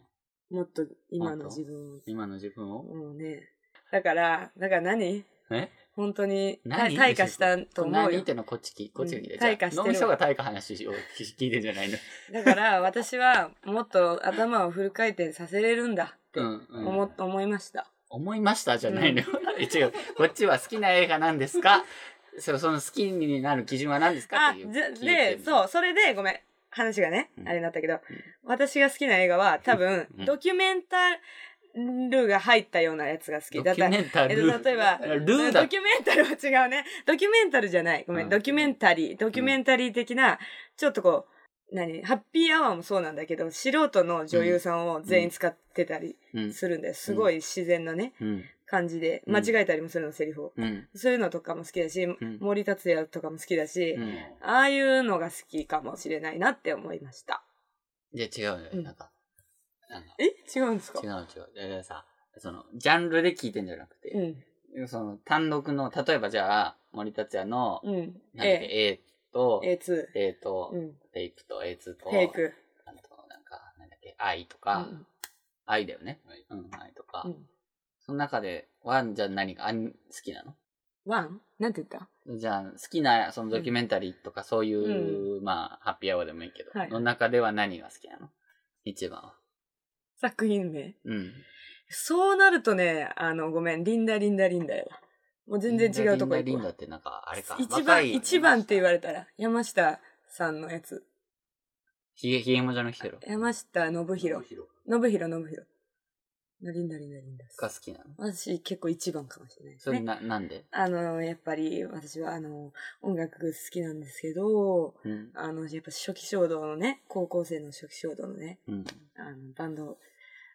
Speaker 2: もっと今の自分を
Speaker 1: 今の自分を
Speaker 2: もうね。だから、だから何
Speaker 1: え
Speaker 2: 本当に、た
Speaker 1: 何
Speaker 2: 退化したと思
Speaker 1: 何
Speaker 2: う
Speaker 1: 言
Speaker 2: よ
Speaker 1: っ。てんのこっちき、こっちき
Speaker 2: う
Speaker 1: で。
Speaker 2: ん
Speaker 1: じゃあ
Speaker 2: 退化してる
Speaker 1: 脳みそが退化話を聞聞いてんじゃないの。
Speaker 2: だから、私はもっと頭をフル回転させれるんだって
Speaker 1: うんうん
Speaker 2: 思,、思いました。
Speaker 1: 思いましたじゃないのよ。 [laughs] 違う。こっちは好きな映画なんですかそその好きになる基準は何ですかっ
Speaker 2: あ、
Speaker 1: て
Speaker 2: じ
Speaker 1: いう。
Speaker 2: ゃで、
Speaker 1: う。
Speaker 2: そう、それで、ごめん。話がね
Speaker 1: う、ん
Speaker 2: あれになったけど、私が好きな映画は多分
Speaker 1: うん、
Speaker 2: ドキュメンタルが入ったようなやつが好き。
Speaker 1: ド
Speaker 2: だっ
Speaker 1: キ
Speaker 2: た
Speaker 1: ュメンタ
Speaker 2: え
Speaker 1: ル
Speaker 2: っ。と、例えば、
Speaker 1: ルーだ
Speaker 2: ド。キュメンタルは違うね。ドキュメンタルじゃない。ごめん。
Speaker 1: うん
Speaker 2: ドキュメンタリー。ドキュメンタリー的な、ちょっとこう、何ハッピーアワーもそうなんだけど、素人の女優さんを全員使ってたり
Speaker 1: うん。
Speaker 2: するんです。すごい自然なね、
Speaker 1: うん。
Speaker 2: 感じで。
Speaker 1: うん
Speaker 2: 間違えたりもするの、セリフを。
Speaker 1: うん。
Speaker 2: そういうのとかも好きだし、
Speaker 1: ん
Speaker 2: 森達也とかも好きだし、
Speaker 1: うん
Speaker 2: ああいうのが好きかもしれないなって思いました。
Speaker 1: じゃあ違うの
Speaker 2: う
Speaker 1: よ。
Speaker 2: ん
Speaker 1: なんか、なんか
Speaker 2: え違うんですか
Speaker 1: 違う違う。ででさ、その、ジャンルで聞いてんじゃなく
Speaker 2: う
Speaker 1: て、
Speaker 2: ん。
Speaker 1: その、単独の、例えばじゃあ、森達也の、
Speaker 2: うん。
Speaker 1: なんだっけ
Speaker 2: A、
Speaker 1: A と、
Speaker 2: A2。
Speaker 1: A と
Speaker 2: う、ん。
Speaker 1: フェイクと A2 と、
Speaker 2: フェイク。
Speaker 1: あと、なんか、なんだっけ、愛と
Speaker 2: う
Speaker 1: か、
Speaker 2: ん
Speaker 1: 愛だよね。うん、愛とか。
Speaker 2: うん。
Speaker 1: その中で、ワンじゃあ何が、あん好きなの
Speaker 2: ワンなんて言った
Speaker 1: じゃあ、好きな、そのドキュメンタリーとか、そういう、まあ、ハッピーアワーでもいいけど、
Speaker 2: はい
Speaker 1: の中では何が好きなの一番は。
Speaker 2: 作品名。
Speaker 1: うん。
Speaker 2: そうなるとね、あの、ごめん、リンダリンダリンダよ。もう全然違うとこ行
Speaker 1: リンダリン
Speaker 2: く
Speaker 1: ダ
Speaker 2: わ。
Speaker 1: ってなんか、あれか。
Speaker 2: 一
Speaker 1: 若
Speaker 2: 番、
Speaker 1: いよね
Speaker 2: 一番って言われたら、山下さんのやつ。
Speaker 1: ひげ、ひげもじゃの人が
Speaker 2: 山下信弘。信
Speaker 3: 広
Speaker 2: 弘信弘。のリンダリンダリンダ。
Speaker 1: 好きなの
Speaker 2: 私結構一番かもしれないです
Speaker 1: それ
Speaker 2: ね。
Speaker 1: な、なんで
Speaker 2: あの、やっぱり私はあの、音楽好きなんですけど、
Speaker 1: うん。
Speaker 2: あの、やっぱ初期衝動のね、高校生の初期衝動のね、
Speaker 1: うん。
Speaker 2: あの、バンド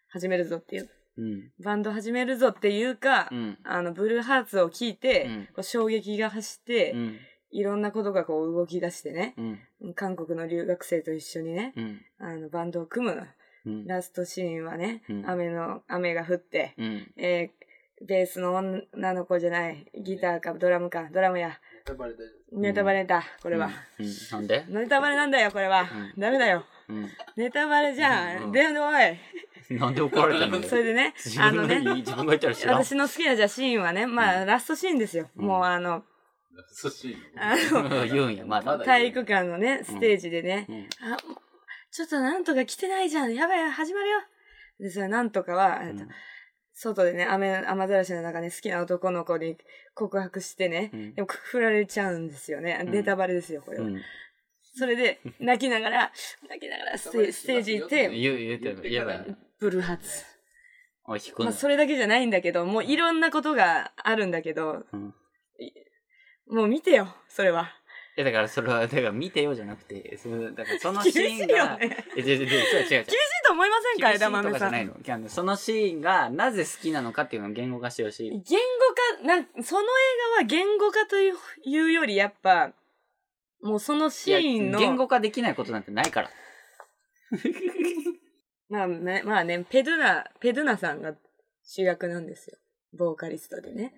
Speaker 2: 始めるぞっていう、
Speaker 1: うん。
Speaker 2: バンド始めるぞっていうか、
Speaker 1: うん。
Speaker 2: あの、ブルーハーツを聞いて、
Speaker 1: うん
Speaker 2: こう衝撃が走って、
Speaker 1: うん。
Speaker 2: いろんなことがこう動き出してね、
Speaker 1: うん。
Speaker 2: 韓国の留学生と一緒にね、
Speaker 1: うん。
Speaker 2: あの、バンドを組む。
Speaker 1: うん。
Speaker 2: ラストシーンはね、
Speaker 1: うん
Speaker 2: 雨の、雨が降って、
Speaker 1: うん。
Speaker 2: えーベースの女の子じゃない、ギターかドラムか、ドラムや、
Speaker 3: ネタバレ大丈夫
Speaker 2: ネタバレだ、こ
Speaker 1: こ
Speaker 2: れは。。
Speaker 1: うん。なんで
Speaker 2: ネタバレなんだよ、これ
Speaker 1: う
Speaker 2: は。
Speaker 1: ん
Speaker 2: ダメだよ。
Speaker 1: う
Speaker 2: ネタバレじゃ
Speaker 1: うん
Speaker 2: ん。で、おい。
Speaker 1: ん。なんで怒られたの
Speaker 2: それでね、
Speaker 1: 自
Speaker 2: あ
Speaker 1: 分
Speaker 2: の
Speaker 1: の
Speaker 2: ね、
Speaker 1: 自分が言ったら知らん。
Speaker 2: 私の好きなじゃあシーンはね、まあ、ラストシーンですよ。
Speaker 1: うん
Speaker 2: もうあの、
Speaker 3: そうしいの
Speaker 2: あの、
Speaker 3: [laughs]
Speaker 1: 言うんや、まだ。
Speaker 2: 体育館のね、ステージでね、
Speaker 1: うん
Speaker 2: あ、ちょっとなんとか来てないじゃん。やばい、始まるよ。で、それなんとかは、えっと外でね、雨、雨ざらしの中ね、好きな男の子に告白してね、
Speaker 1: うん
Speaker 2: でも振られちゃうんですよね。
Speaker 1: ん
Speaker 2: ネタバレですよ、これは。
Speaker 1: うん。
Speaker 2: それで、泣きながら、泣きながらステステージ行っ
Speaker 1: 言う、
Speaker 2: て、
Speaker 1: 言うてる。やばい。
Speaker 2: ブルーハーツ。
Speaker 1: おい、引く
Speaker 2: ま
Speaker 1: の
Speaker 2: あ、。それだけじゃないんだけど、もういろんなことがあるんだけど、
Speaker 1: うん
Speaker 2: もう見てよ、それは。
Speaker 1: え、だからそれは、だから見てよじゃなくて、その、だからそのシーンが、
Speaker 2: 厳しいよね
Speaker 1: え、違う違う違う違う違う。
Speaker 2: 厳しいと思いませんか、
Speaker 1: 厳しい
Speaker 2: 枝
Speaker 1: と
Speaker 2: 豆
Speaker 1: かじ
Speaker 2: さ
Speaker 1: ゃ
Speaker 2: ん。
Speaker 1: ない
Speaker 2: 言
Speaker 1: の。あのそのシーンがなぜ好きなのかっていうのを言語化してほしい。
Speaker 2: 語化、な、その映画は言語化といういうより、やっぱ、もうそのシーンの、
Speaker 1: いや言語化できないことなんてないから。
Speaker 2: まあね、まあね、ペドゥナ、ペドゥナさんが主役なんですよ。ボーカリストでね。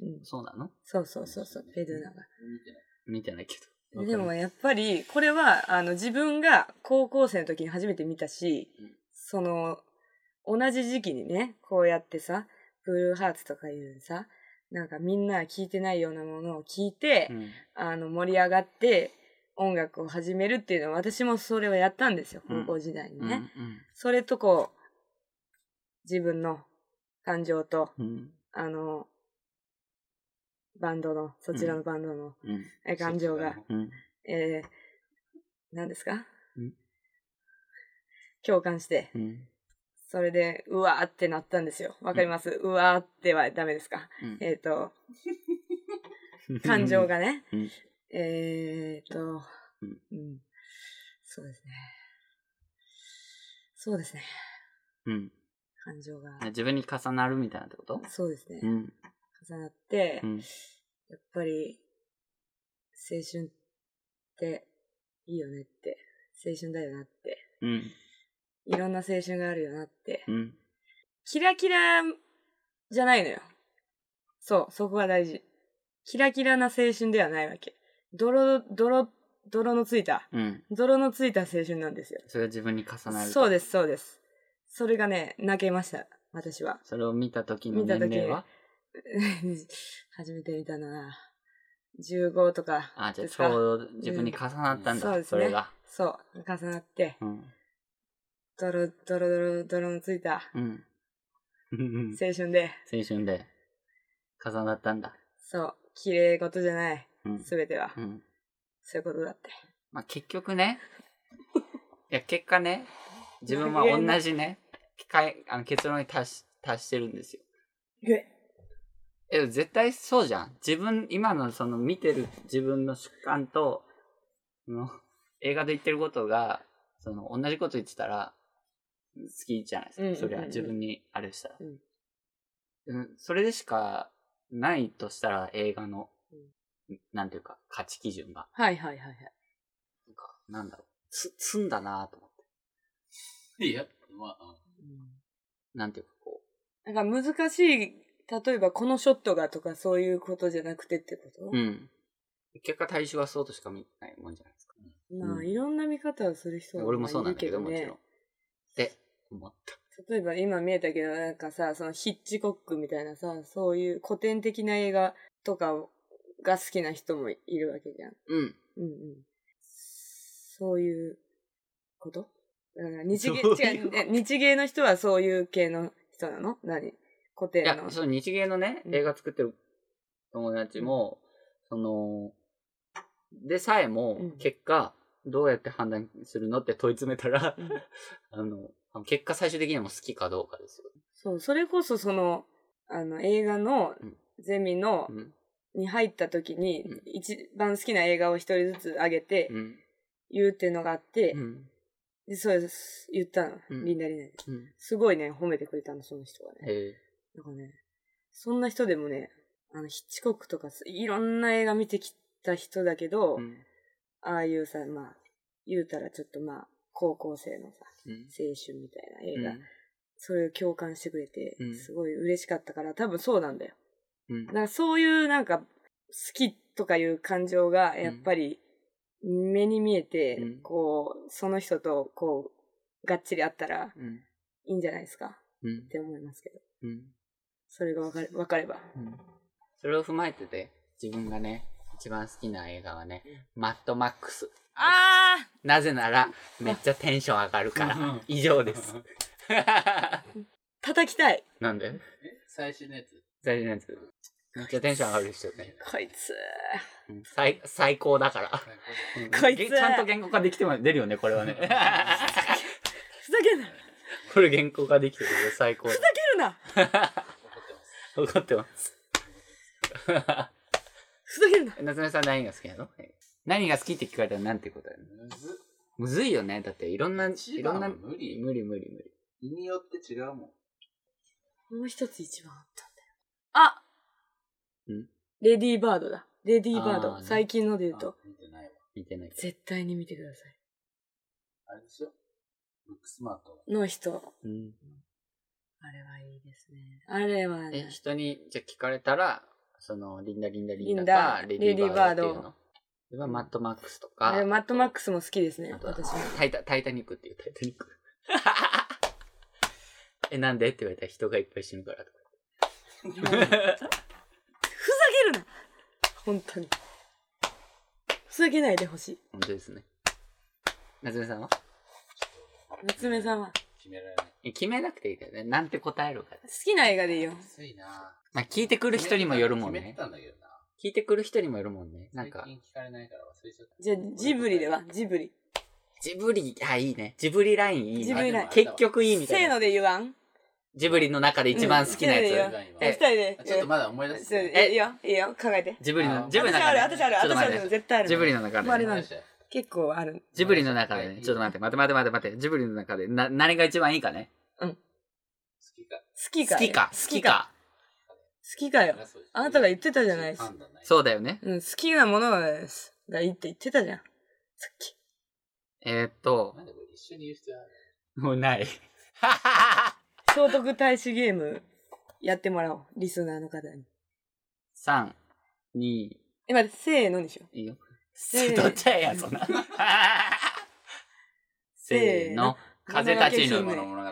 Speaker 2: うん、
Speaker 1: そうなの
Speaker 2: そうそうそうそう、ペドゥナが。
Speaker 3: 見てな
Speaker 1: 見てな
Speaker 3: い
Speaker 1: いけど。
Speaker 2: でもやっぱりこれはあの自分が高校生の時に初めて見たし、
Speaker 1: うん
Speaker 2: その同じ時期にねこうやってさブルーハーツとかいうさなんかみんな聞いてないようなものを聞いて、
Speaker 1: うん、
Speaker 2: あの盛り上がって音楽を始めるっていうのは私もそれをやったんですよ
Speaker 1: うん
Speaker 2: 高校時代に
Speaker 1: う
Speaker 2: ね、
Speaker 1: ん、
Speaker 2: それとこう自分の感情と
Speaker 1: うん、うん、
Speaker 2: あのバンドのそちらのバンドの、
Speaker 1: うん、
Speaker 2: え感情が
Speaker 1: うん、
Speaker 2: えー、何ですか
Speaker 1: ん
Speaker 2: 共感して、
Speaker 1: うん、
Speaker 2: それで、うわーってなったんですよ。わかります、うわーってはダメですか
Speaker 1: うん
Speaker 2: えっ、と、感情。がね、
Speaker 1: うん
Speaker 2: えっ、と、
Speaker 1: うん
Speaker 2: うんそうですね。そうですね。
Speaker 1: うん、
Speaker 2: 感情が。
Speaker 1: 自分に重なるみたいなってこと
Speaker 2: そうですね
Speaker 1: う。ん。
Speaker 2: 重なって、
Speaker 1: うん。
Speaker 2: やっぱり、青春っていいよねって、青春だよなって、
Speaker 1: うん。
Speaker 2: いろんな青春があるよなって
Speaker 1: う、ん。
Speaker 2: キラキラじゃないのよ。そう、そこが大事。キラキラな青春ではないわけ。泥、泥、泥のついた、
Speaker 1: うん。
Speaker 2: 泥のついた青春なんですよ。
Speaker 1: それが自分に重なる。
Speaker 2: そう
Speaker 1: す。
Speaker 2: です、そうです。それがね、泣けました、私は。 [laughs]
Speaker 1: それを見た時の年齢は
Speaker 2: 初めて見たのは、15とか
Speaker 1: あ、じゃあ
Speaker 2: で
Speaker 1: ち
Speaker 2: すか。
Speaker 1: ょうど自分に重なったんだ。
Speaker 2: うんそうですね
Speaker 1: れが。
Speaker 2: そう、重なって、
Speaker 1: うん。
Speaker 2: ドロドロドロドロのついた
Speaker 1: うん。
Speaker 2: 青春で、
Speaker 1: 青春で重なったんだ。
Speaker 2: そう、綺麗事じゃない、
Speaker 1: うん。
Speaker 2: すべては。
Speaker 1: うん。
Speaker 2: そういうことだって。
Speaker 1: まあ、結局ね、いや、結果ね、自分は同じね、機会、あの結論に達し達してるんですよ。え、絶対そうじゃん。自分、今のその見てる自分の主観と、その映画で言ってることが、その同じこと言ってたら、好きじゃないですか。
Speaker 2: うんうんうんうん
Speaker 1: そりゃ自分にあれしたら、
Speaker 2: うん
Speaker 1: うんそれでしかないとしたら映画の、なんていうか、価値基準が。
Speaker 2: はいはいはいはい。
Speaker 1: なんか、なんだろう。つ、積んだなと思って。
Speaker 3: いや、まあ、
Speaker 1: なんていうかこ
Speaker 2: なんか難しい、例えばこのショットがとかそういうことじゃなくてってこと
Speaker 1: う。、うん。結果対象はそうとしか見ないもんじゃないですか。
Speaker 2: ま
Speaker 1: う
Speaker 2: あ
Speaker 1: ん
Speaker 2: いろんな見方をする人
Speaker 1: 俺もそうなんだけど、
Speaker 2: ま
Speaker 1: も
Speaker 2: あいる
Speaker 1: ち
Speaker 2: ね
Speaker 1: ろん。って思った。
Speaker 2: 例えば今見えたけどなんかさそのヒッチコックみたいなさそういう古典的な映画とかをが好きな人もいるわけじゃん。
Speaker 1: うん。
Speaker 2: うんうん。そういうことだから日芸、
Speaker 1: そうい
Speaker 2: 違
Speaker 1: う
Speaker 2: う
Speaker 1: こと
Speaker 2: え日芸の人はそういう系の人なの何古
Speaker 1: い
Speaker 2: 典
Speaker 1: や
Speaker 2: の。、
Speaker 1: その日芸のね、
Speaker 2: うん
Speaker 1: 映画作ってる友達も、その、でさえも
Speaker 2: うん、
Speaker 1: 結果、どうやって判断するのって問い詰めたら
Speaker 2: うん、
Speaker 1: [laughs] あの、結果最終的にはもう好きかどうかですよ。
Speaker 2: そう、それこそその、あの、映画の
Speaker 1: うん
Speaker 2: ゼミの、
Speaker 1: うん。
Speaker 2: に入った時に
Speaker 1: うん、
Speaker 2: 一番好きな映画を一人ずつ上げて
Speaker 1: う、ん。
Speaker 2: 言うっていうのがあって、
Speaker 1: うん。
Speaker 2: で、そうです。言ったの。
Speaker 1: うん
Speaker 2: リンダリンダで。
Speaker 1: うん。
Speaker 2: すごいね、褒めてくれたの、その人がね。
Speaker 1: え
Speaker 2: なんかね、そんな人でもね、あの、ヒッチコックとか、いろんな映画見てきた人だけど、
Speaker 1: ーうん。
Speaker 2: ああいうさ、まあ、言うたらちょっとまあ、高校生のさ、
Speaker 1: うん。
Speaker 2: 青春みたいな映
Speaker 1: う
Speaker 2: 画、
Speaker 1: ん
Speaker 2: それを共感してくれて
Speaker 1: うん、
Speaker 2: すごい嬉しかったから、多分そうなんだよ。
Speaker 1: うん
Speaker 2: だからそういうなんか、好きとかいう感情が、やっぱり、目に見えて、
Speaker 1: うん
Speaker 2: こう、その人と、こう、がっちりあったら、
Speaker 1: うん。
Speaker 2: いいんじゃないですかっ
Speaker 1: うん。
Speaker 2: て思いますけど。
Speaker 1: うん。
Speaker 2: それがわかれわかれば。
Speaker 1: うん。それを踏まえてて、自分がね、一番好きな映画はね、マッドマックス。
Speaker 2: ああ
Speaker 1: なぜなら、めっちゃテンション上がるから
Speaker 3: うん。
Speaker 1: 以上です。
Speaker 2: 叩きたい
Speaker 1: [laughs] なんで
Speaker 3: え、最新のやつ
Speaker 1: 大事なやつ。めっちゃテンション上がる人ね。
Speaker 2: こいつ。
Speaker 1: うん最最高だから。
Speaker 2: こいつ
Speaker 1: ちゃんと原稿化できても出るよね、これは
Speaker 3: [laughs]
Speaker 1: ね。
Speaker 2: ふざけんなふざ
Speaker 1: これ原稿化できてるよ、最高だ。
Speaker 2: けるな
Speaker 3: 怒ってます。
Speaker 1: 怒ってます。
Speaker 2: ふざけるな
Speaker 1: 夏目さん何が好きなの何が好きって聞かれたらなんて答えるの
Speaker 3: むずっ。
Speaker 1: むずいよね。だっていろんな、い
Speaker 3: 一
Speaker 1: ろん
Speaker 3: 番
Speaker 1: な、
Speaker 3: は
Speaker 1: 無
Speaker 3: 無
Speaker 1: 理
Speaker 3: 理
Speaker 1: 無理無理無理。
Speaker 3: 日によって違うもん。
Speaker 2: もう一つ一番あったんだよ。あ
Speaker 1: ん
Speaker 2: レディーバードだ。レディーバード。
Speaker 1: あーね
Speaker 2: 最近ので言う
Speaker 3: あ
Speaker 2: と、、
Speaker 3: 見てないわ。
Speaker 1: 見てないけ
Speaker 2: 絶対に見てください。
Speaker 3: あれでしょブックスマート。
Speaker 2: の人。
Speaker 1: ど。うん。
Speaker 2: あれはいいですね。あれは
Speaker 1: え、
Speaker 2: ね、
Speaker 1: 人に、じゃあ聞かれたら、その、リンダリンダリンダか、レ
Speaker 2: リンダ
Speaker 1: ディーバードってい
Speaker 2: レディーバード
Speaker 1: うの。自分はマットマックスとか、
Speaker 2: あれマットマッ
Speaker 1: ク
Speaker 2: クスも好きですね
Speaker 1: あ。と
Speaker 2: 私も。
Speaker 1: タイタ、タイタニックっていうタイタニック。 [laughs] え、なんでって言われたら人がいっぱい死ぬからとか。
Speaker 2: ふざけるな本当に。ふざけないでほしい。
Speaker 1: 本当ですね。夏目さんは
Speaker 2: 夏目さんは。
Speaker 3: 決められない。
Speaker 1: え決めなくていいからね。なんて答えるか。
Speaker 2: 好きな映画でいいよ。
Speaker 3: ついな
Speaker 1: まあ、聞いてくる人にもよるもん
Speaker 3: 決め
Speaker 1: ね
Speaker 3: て。たんだけどな。
Speaker 1: 聞いてくる人にもよるもんね。なんか
Speaker 3: 最、近聞かれないから忘れちゃった。
Speaker 2: じゃあ、ジブリではジブリ。
Speaker 1: ジブリ、あ、いいね。ジブリラインいいね。
Speaker 2: ジブリライン
Speaker 1: 結局いいみたい
Speaker 2: せー
Speaker 1: な。
Speaker 2: ので言わん
Speaker 1: ジブリの中で一番好きなやつ。
Speaker 2: うん
Speaker 1: え
Speaker 2: 二人で。
Speaker 3: ちょっとまだ思い出
Speaker 2: そう
Speaker 3: せて
Speaker 2: いいよ、いいよ、考えて。
Speaker 1: ジブリの、
Speaker 3: あ
Speaker 1: ジブリの
Speaker 2: 私
Speaker 1: 中
Speaker 2: あ
Speaker 1: で、
Speaker 2: る、私ある、
Speaker 1: ちょっと
Speaker 2: 私
Speaker 1: 待
Speaker 2: あ
Speaker 1: って
Speaker 2: るの絶対ある。
Speaker 1: ジブリの中
Speaker 2: まああ
Speaker 1: で
Speaker 2: れ
Speaker 1: ね、
Speaker 2: な
Speaker 3: ない
Speaker 2: 結構ある。
Speaker 1: ジブリの中でね、
Speaker 3: はい
Speaker 1: ちょっと待って、待って待って待って、ジブリの中で、な、何が一番いいかね。
Speaker 2: うん。
Speaker 3: きか。
Speaker 2: 好きか
Speaker 4: 好
Speaker 2: よ
Speaker 4: きか。
Speaker 2: 好きか。好きかよあなたが言ってたじゃないです
Speaker 3: 判断ない。
Speaker 1: そうだよね。
Speaker 2: うん好きなものがですがいいって言ってたじゃんさっき
Speaker 1: えー、っと
Speaker 3: な、んでこれ一緒に言う必要ある
Speaker 1: もう [laughs] ない。
Speaker 2: 聖徳太子ゲームやってもらおうリスナーの方に
Speaker 1: 3、2、い
Speaker 2: え待ってせーのにしよう
Speaker 1: いよ。
Speaker 2: せー
Speaker 1: どっちやや、そん
Speaker 2: [laughs]
Speaker 1: な。せーの。風立ちぬも
Speaker 2: もの
Speaker 1: の
Speaker 2: の
Speaker 1: 物語。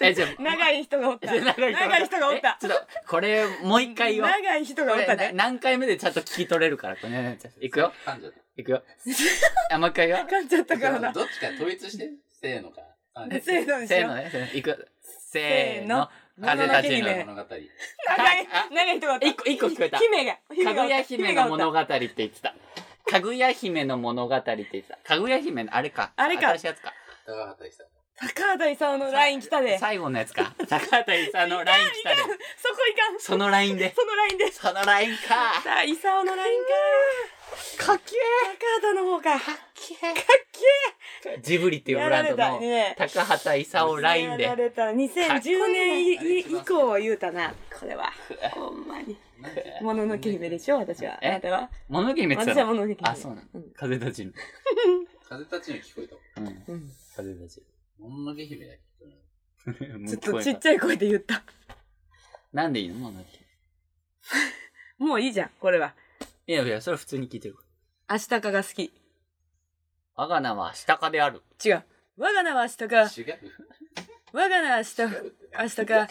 Speaker 2: え
Speaker 1: え、じゃあ、
Speaker 2: 長い人がおった
Speaker 1: え長い人
Speaker 2: 長い人がおった
Speaker 1: えちょっと、これ、もう一回言おう。
Speaker 2: 長い人がお
Speaker 1: こ
Speaker 2: った
Speaker 1: れ、
Speaker 2: ね
Speaker 1: 何回目でちゃんと聞き取れるから、これ。いくよ。
Speaker 3: 感情で。
Speaker 1: い
Speaker 2: [laughs]
Speaker 1: くよ。あ、もう一回言おう。
Speaker 2: 噛んじゃったからな
Speaker 3: どっちか統一して。せーのか。あ
Speaker 2: せーのにし
Speaker 1: せー
Speaker 2: よ
Speaker 1: の
Speaker 2: う
Speaker 1: ね。せーのいくよ。せーの。
Speaker 2: せーの
Speaker 1: 風立ち
Speaker 2: もののけ姫
Speaker 1: ぬ。
Speaker 3: 物語。
Speaker 2: 長い長い人がおった
Speaker 1: 一個、一個聞こえた。
Speaker 2: 姫が姫
Speaker 1: かぐ
Speaker 2: がおった
Speaker 1: や姫の
Speaker 2: 姫が
Speaker 1: 物
Speaker 2: おっ
Speaker 1: 語って言ってた。かぐや姫の物語って言ってた。かぐや姫の、あれか。
Speaker 2: あれか
Speaker 1: 新しいやつか。
Speaker 3: 高畑さん。
Speaker 2: た高畑勲のライン来たでそこ
Speaker 1: 最後のやつか。高畑勲のライン来たで。
Speaker 2: いかん
Speaker 1: そのラインで。
Speaker 2: そのラインです
Speaker 1: そのラインか。
Speaker 2: さあ勲のラインか
Speaker 1: かっけ
Speaker 2: 高畑の方かかっけ
Speaker 1: えジブリって
Speaker 2: え
Speaker 1: いう
Speaker 2: や
Speaker 1: ブ
Speaker 2: ら
Speaker 1: ラン
Speaker 2: れ
Speaker 1: ド
Speaker 2: た
Speaker 1: の
Speaker 2: ね
Speaker 1: 高畑勲ライン
Speaker 2: やら
Speaker 1: で。
Speaker 2: れた2010年
Speaker 3: かっこい
Speaker 2: 以
Speaker 3: いね
Speaker 2: 以降を言うたなこれはほんま
Speaker 1: [laughs]
Speaker 2: にもののけ姫でしょ私はあ
Speaker 1: え
Speaker 2: なたは
Speaker 1: もののけ姫って言っ
Speaker 2: 私
Speaker 1: てた
Speaker 2: はも
Speaker 1: の
Speaker 2: ののけ姫
Speaker 1: あ、そうなの
Speaker 2: うん。
Speaker 1: 風立ちぬ。
Speaker 3: 風立ちぬ聞こえたも
Speaker 1: うん。
Speaker 2: うん
Speaker 1: 風立ち
Speaker 3: ん。もののけ姫だっけ
Speaker 1: ぬ。
Speaker 2: ちょっと
Speaker 1: もう
Speaker 2: ち
Speaker 1: 聞こ
Speaker 2: っ
Speaker 1: え
Speaker 2: ちゃい声で言った
Speaker 1: たなんでいいのもののけ姫
Speaker 2: もういいじゃんこれはい
Speaker 1: やいや、それは普通に聞いてるか
Speaker 2: 明日かが好き
Speaker 1: ら。我が名は下かである。
Speaker 2: 違う我が名は明日か
Speaker 3: 違
Speaker 1: [laughs]
Speaker 3: う。
Speaker 2: 我が名は明日明日か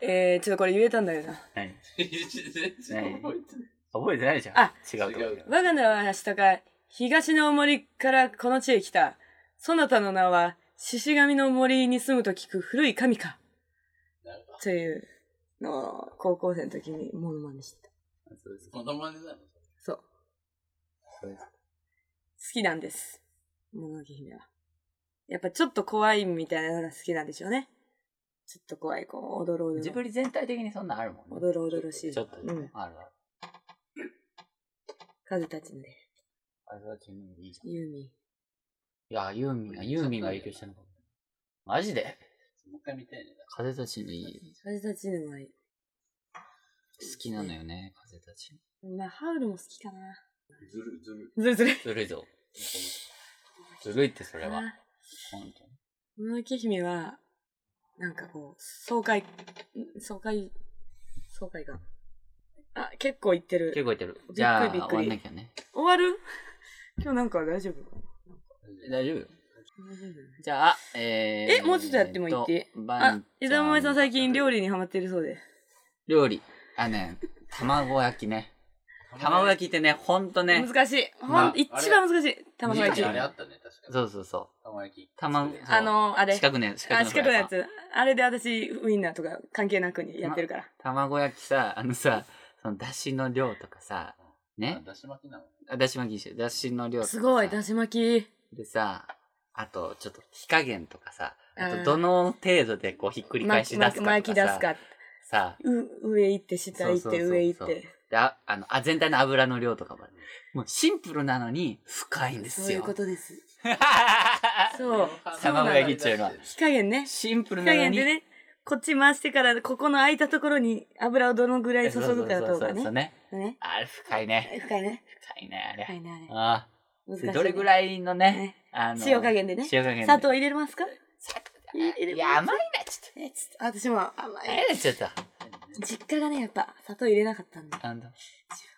Speaker 2: えー、ちょっとこれ言えたんだよな
Speaker 1: 何
Speaker 3: 全然覚えてない。
Speaker 1: 覚えてないじゃん。
Speaker 2: あ、
Speaker 1: 違うと思う
Speaker 3: 違う
Speaker 1: よ。
Speaker 2: 我が名は明日か東の森からこの地へ来たそなたの名は獅子神の森に住むと聞く古い神か
Speaker 3: なんか、
Speaker 2: というのを高校生の時にモノマネしてた
Speaker 1: そうです
Speaker 3: モノマネなの
Speaker 2: そう好きなんですもののけ姫はやっぱちょっと怖いみたいなのが好きなんでしょうねちょっと怖いこうおどろおどろ
Speaker 1: ジブリ全体的にそんなんあるもん
Speaker 2: おどろおどろしい
Speaker 1: ちょっとね、
Speaker 2: うん
Speaker 1: あるある。
Speaker 2: 風たちんで
Speaker 1: あれは自分でいいじゃん。い
Speaker 2: ユーミン
Speaker 1: や、ユーミンが、ユーミンが影響してんのかも。マジで
Speaker 3: もう一回見たいね。
Speaker 1: 風立ちぬいい。
Speaker 2: 風たちんはいい
Speaker 1: 好きなのよね、風立ち
Speaker 2: まあハウルも好きかな
Speaker 3: ずるずる。
Speaker 2: ずるずる
Speaker 1: ぬ。ずるいぞ。ずるいってそれは。
Speaker 2: あ
Speaker 1: 本当に。
Speaker 2: もののけ姫は、なんかこう、爽快、ん爽快、爽快感。あ、結構いって
Speaker 1: 結
Speaker 2: る。
Speaker 1: 構言ってる。
Speaker 2: り
Speaker 1: じゃあ、
Speaker 2: び
Speaker 1: 終
Speaker 2: っくり
Speaker 1: わんなきゃね。
Speaker 2: 終わる [laughs] 今日なんか大丈夫かな
Speaker 1: 大丈夫よ。
Speaker 2: 大丈夫
Speaker 1: じゃあ、えー、
Speaker 2: えもうちょっとやってもいいって
Speaker 1: バ
Speaker 2: あ
Speaker 1: ン、
Speaker 2: 枝豆さん最近料理にハマってるそうで。
Speaker 1: 料理。あ、ね、卵焼きね。卵焼きってね、ほんとね。
Speaker 2: 難しい。ほん、
Speaker 1: まあ
Speaker 2: 一番難しい。
Speaker 1: あ
Speaker 2: 卵
Speaker 1: れ
Speaker 2: 焼き。
Speaker 3: あれ
Speaker 2: あ
Speaker 3: あったね、確か
Speaker 1: そうそうそ
Speaker 3: 卵焼き。
Speaker 1: 卵
Speaker 3: そう
Speaker 1: そう
Speaker 2: の、あ
Speaker 1: う。
Speaker 2: れ。
Speaker 1: 四角ね、四角
Speaker 2: あ、
Speaker 1: の
Speaker 2: 四角のや
Speaker 1: フライ
Speaker 2: つ。あれで私、ウインナーとか関係なくにやってるから。
Speaker 1: パン。卵焼きさ、あのさ、そのだしの量とかさ、
Speaker 3: あ
Speaker 1: ね。
Speaker 3: だし巻きなの。
Speaker 1: あだし巻きして、だしの量とかさ
Speaker 2: すごい、だし巻き。
Speaker 1: でさ、あと、ちょっと火加減とかさ、あ
Speaker 2: あー
Speaker 1: と、どの程度でこう、ひっくり返し出すかとかさ。
Speaker 2: 巻き出すか。
Speaker 1: さ、
Speaker 2: う上行って、下行っ
Speaker 1: そうそう
Speaker 2: て、
Speaker 1: そう
Speaker 2: 上行っ
Speaker 1: そう
Speaker 2: て。
Speaker 1: でああのあ、全体の油の量とかもある。もうシンプルなのに深いんですよ。
Speaker 2: そういうことです。そう。
Speaker 1: 卵焼きっちゅうのは
Speaker 2: 火加減ね。
Speaker 1: [laughs] シンプル
Speaker 2: 火
Speaker 1: な
Speaker 2: 加
Speaker 1: の
Speaker 2: 減
Speaker 1: に。
Speaker 2: でね、こっち回してから、ここの空いたところに油をどのぐらい
Speaker 1: そ
Speaker 2: 注
Speaker 1: うそうそう
Speaker 2: ぐか
Speaker 1: そ
Speaker 2: と
Speaker 1: うそ
Speaker 2: か
Speaker 1: う
Speaker 2: ね。
Speaker 1: ね。
Speaker 2: ね。
Speaker 1: あれ深いね。
Speaker 2: 深いね。
Speaker 1: 深いね、あれ。
Speaker 2: 深いね、
Speaker 1: あ
Speaker 2: あれ。難しい、
Speaker 1: あ。
Speaker 2: ね。
Speaker 1: どれぐらいのね、
Speaker 2: ね
Speaker 1: あの、
Speaker 2: 塩加減でね
Speaker 1: 塩加減で。
Speaker 2: 砂糖入れますか [laughs]
Speaker 1: 砂糖
Speaker 2: 入れ
Speaker 1: いや、甘いな、ちょっ
Speaker 2: え、ちょっと、私も甘
Speaker 1: と。あれ
Speaker 2: い。
Speaker 1: だ、ちょっと。
Speaker 2: 実家がね、やっぱ砂糖入れなかったんで。
Speaker 1: あの、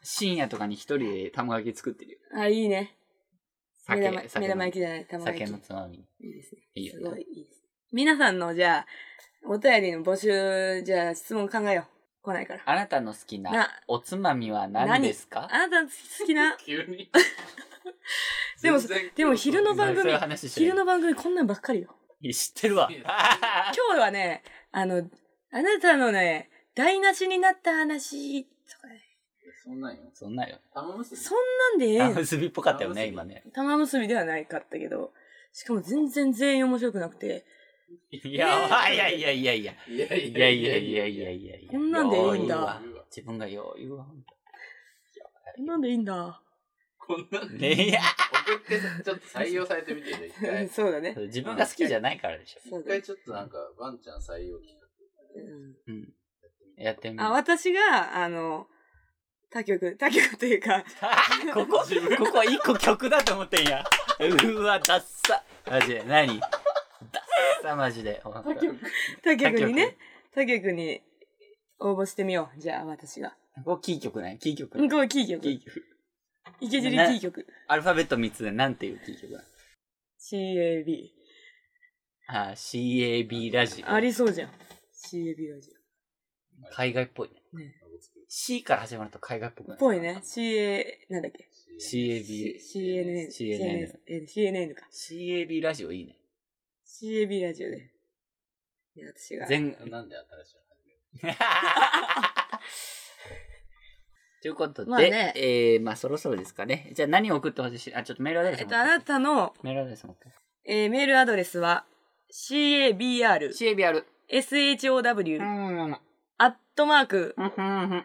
Speaker 1: 深夜とかに一人で卵焼き作ってるよ。
Speaker 2: あ、いいね。目玉
Speaker 1: 酒、
Speaker 2: 目玉
Speaker 1: の
Speaker 2: 焼きじゃない、卵
Speaker 1: 酒
Speaker 2: 焼き
Speaker 1: の。つまみに。
Speaker 2: いいですね。
Speaker 1: いい
Speaker 2: す
Speaker 1: よ
Speaker 2: ごい
Speaker 1: ね。
Speaker 2: いいです。皆さんの、じゃあ、お便りの募集、じゃあ質問考えよう。来ないから。
Speaker 1: あなたの好きな
Speaker 2: な
Speaker 1: おつまみは何ですか
Speaker 2: あなたの好きな、
Speaker 3: 急に。
Speaker 2: [laughs] でも
Speaker 3: 全然
Speaker 2: でも昼の番
Speaker 1: [laughs] そう
Speaker 2: 組
Speaker 1: いう、話してる
Speaker 2: 昼の番組こんなんばっかりよ。
Speaker 1: いや知ってるわ。 [laughs]
Speaker 2: 今日はね、あの、あなたのね、台無しになった話とかね、
Speaker 3: そんなんよ。
Speaker 1: そんなよ。
Speaker 3: 玉結び。
Speaker 2: そんなんでええ
Speaker 1: あ
Speaker 2: やん
Speaker 1: 結びっぽかったよね、
Speaker 3: 玉結び
Speaker 1: 今ね。
Speaker 2: 玉結びではないかったけど、しかも全然全員面白くなくて、
Speaker 1: いや、いやいやいやいや。
Speaker 3: いやい
Speaker 1: いやいやいやいやいやいや。
Speaker 2: こんなんでいいん
Speaker 1: よう言
Speaker 2: だ
Speaker 1: うわ自分がよう言うわ。
Speaker 2: なんでいいんだ。。
Speaker 3: こんなの送
Speaker 1: いや
Speaker 3: って、ちょっと採用されてみてね、 [laughs] 一回
Speaker 2: そうだね。
Speaker 1: 自分が好きじゃないからでしょ。
Speaker 2: そう
Speaker 3: 一
Speaker 2: だね
Speaker 3: 回ちょっとなんか、ワンちゃん採用企画
Speaker 2: うん
Speaker 1: うん。やってみる
Speaker 2: あ、私が、あの、他局、他局というか、
Speaker 1: ここ、ここ一個曲だと思ってんや。うわ、ダッサ。マジで、何ダッサ、マジで。ほんと
Speaker 3: 他局
Speaker 2: 他局にね、他局に応募してみよう。じゃあ、私が。
Speaker 1: ここキー曲ね。キー曲。
Speaker 2: うんこれキー
Speaker 1: キ
Speaker 2: 局。
Speaker 1: ー曲。
Speaker 2: 池尻キ
Speaker 1: な
Speaker 2: ー局。
Speaker 1: アルファベット3つでなんていうキー曲なの
Speaker 2: CAB。
Speaker 1: あー、CAB ラジ
Speaker 2: あ
Speaker 1: オ。
Speaker 2: りそうじゃん。CAB ラジ
Speaker 1: 海外っぽいね。
Speaker 3: を
Speaker 1: C から始まると海外っぽく
Speaker 2: オ。
Speaker 1: な
Speaker 2: っ
Speaker 1: い
Speaker 2: ぽいね。。CA、なんだっけ
Speaker 1: CAB。
Speaker 2: ?CNN。
Speaker 1: CNN。
Speaker 2: CNN。CNN か。
Speaker 1: CAB ラジオいいね。
Speaker 2: CAB ラジオで。で私が。
Speaker 1: 全、
Speaker 3: なんで新しいの始める
Speaker 1: ということで、
Speaker 2: まあね
Speaker 1: えー、まあそろそろですかね。じゃあ何を送ってほしいし、あ、ちょっとメールアドレス
Speaker 2: え
Speaker 1: も
Speaker 2: っと、あなたの、
Speaker 1: メールアドレスも。
Speaker 2: えーメールアドレスは、CABR、
Speaker 1: CABR。う
Speaker 2: SHOW、
Speaker 1: ん。うん
Speaker 2: アットマーク、
Speaker 1: うんうん。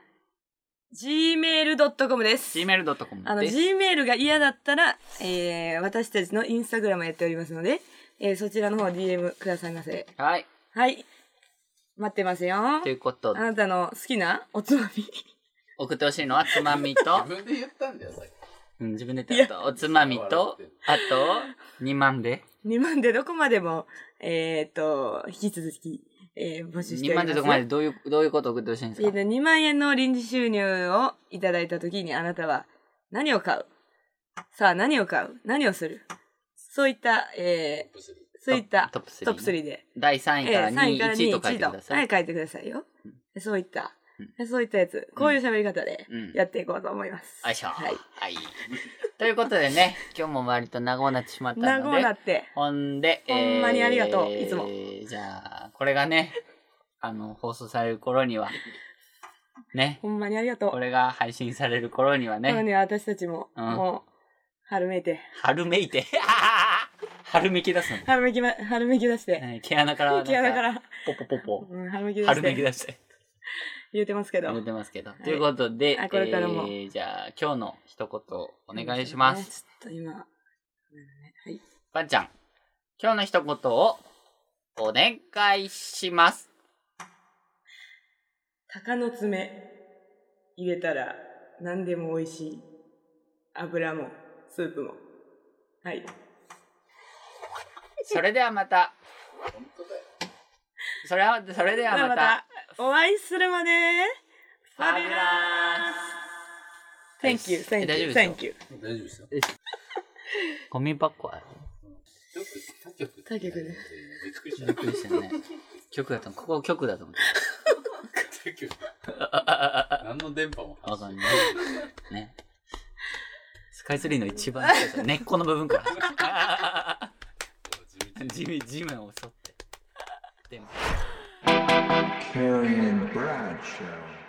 Speaker 2: gmail.com です。
Speaker 1: gmail.com
Speaker 2: あの、
Speaker 1: です。
Speaker 2: Gmail が嫌だったら、えー、私たちのインスタグラムやっておりますので、えー、そちらの方 DM くださいませ。
Speaker 1: はい。
Speaker 2: はい。待ってますよ。あ
Speaker 1: ということで、
Speaker 2: なたの好きなおつまみ。 [laughs]
Speaker 1: 送ってほしいのはつまみと、
Speaker 3: 自分で言ったんだよ、さっき。
Speaker 1: うん、自分で言ったやつおつまみと、あと、2万で。
Speaker 2: 2万でどこまでも、えー、っと、引き続き、えー、募集し
Speaker 1: 2
Speaker 2: ておりま
Speaker 1: 万
Speaker 2: す。
Speaker 1: でどこまでどういう、どういうことを送ってほしいんです
Speaker 2: えー
Speaker 1: か
Speaker 2: と、2万円の臨時収入をいただいたときにあなたは何を買うさあ、何を買う何をするそういった、え
Speaker 3: トップ3
Speaker 2: ー、そういった
Speaker 1: トップ3。
Speaker 2: トップ3で。
Speaker 1: 第3位から
Speaker 2: ええ3
Speaker 1: 2位、
Speaker 2: 位から
Speaker 1: 1
Speaker 2: 2
Speaker 1: 位
Speaker 2: 位
Speaker 1: と書いてくださ
Speaker 2: はいい。書いてくださいよ、そういった、そういったやつこういう喋り方で
Speaker 1: うん
Speaker 2: やっていこうと思います、
Speaker 1: よいしょ。
Speaker 2: はい
Speaker 1: はい。 [laughs] ということでね、今日も割と長くなってしまったので。
Speaker 2: なごなって
Speaker 1: ほんで、
Speaker 2: ほんまにありがとういつも
Speaker 1: じゃあ、これがね、あの、放送される頃に
Speaker 2: [laughs]
Speaker 1: は、ね、
Speaker 2: ほんまにありがとう
Speaker 1: これが配信される頃には
Speaker 2: なの
Speaker 1: ね、
Speaker 2: に私たちも、
Speaker 1: うん
Speaker 2: もう春めいて
Speaker 1: 春めいて、 [laughs] 春めき出すの。
Speaker 2: 春めきま春めき出して
Speaker 1: ね毛穴からなんか、
Speaker 2: 毛穴から、
Speaker 1: ポポポポ、
Speaker 2: うん、春めき出し
Speaker 1: 春めき
Speaker 2: て
Speaker 1: 出して、
Speaker 2: 言うてますけど
Speaker 1: 言ってますけど。ということで、
Speaker 2: はいこれからも
Speaker 1: えーじゃあ、今日の一言、お願いします。
Speaker 2: ちょっと今はい
Speaker 1: ばんちゃん、今日の一言をお願いし
Speaker 2: [laughs]
Speaker 1: ます。
Speaker 2: 鷹の爪入れたら何でも美味しい油もスープもはい
Speaker 1: それではまた、
Speaker 3: 本当だよ。
Speaker 1: それは、それではまた、
Speaker 2: お会いするまでファビュラス Thank you,
Speaker 1: え
Speaker 2: thank
Speaker 1: 大
Speaker 2: you,
Speaker 1: 丈夫で
Speaker 2: thank you.
Speaker 3: 大丈夫ですよ。
Speaker 1: ゴミ箱ある
Speaker 3: よく、他 [laughs] 局。
Speaker 2: 他局で。
Speaker 3: びっくりし
Speaker 1: び
Speaker 3: た。
Speaker 1: っくりしたね。曲だと、ここ曲だと思っ
Speaker 3: 他 [laughs] 局。
Speaker 1: た。
Speaker 3: 何の電波も。
Speaker 1: わかんない。ね。スカイツリーの一番下じゃん根っこの部分から。
Speaker 3: 地道に
Speaker 1: 地味、地面を襲って。でも
Speaker 4: Carrie and Brad Show.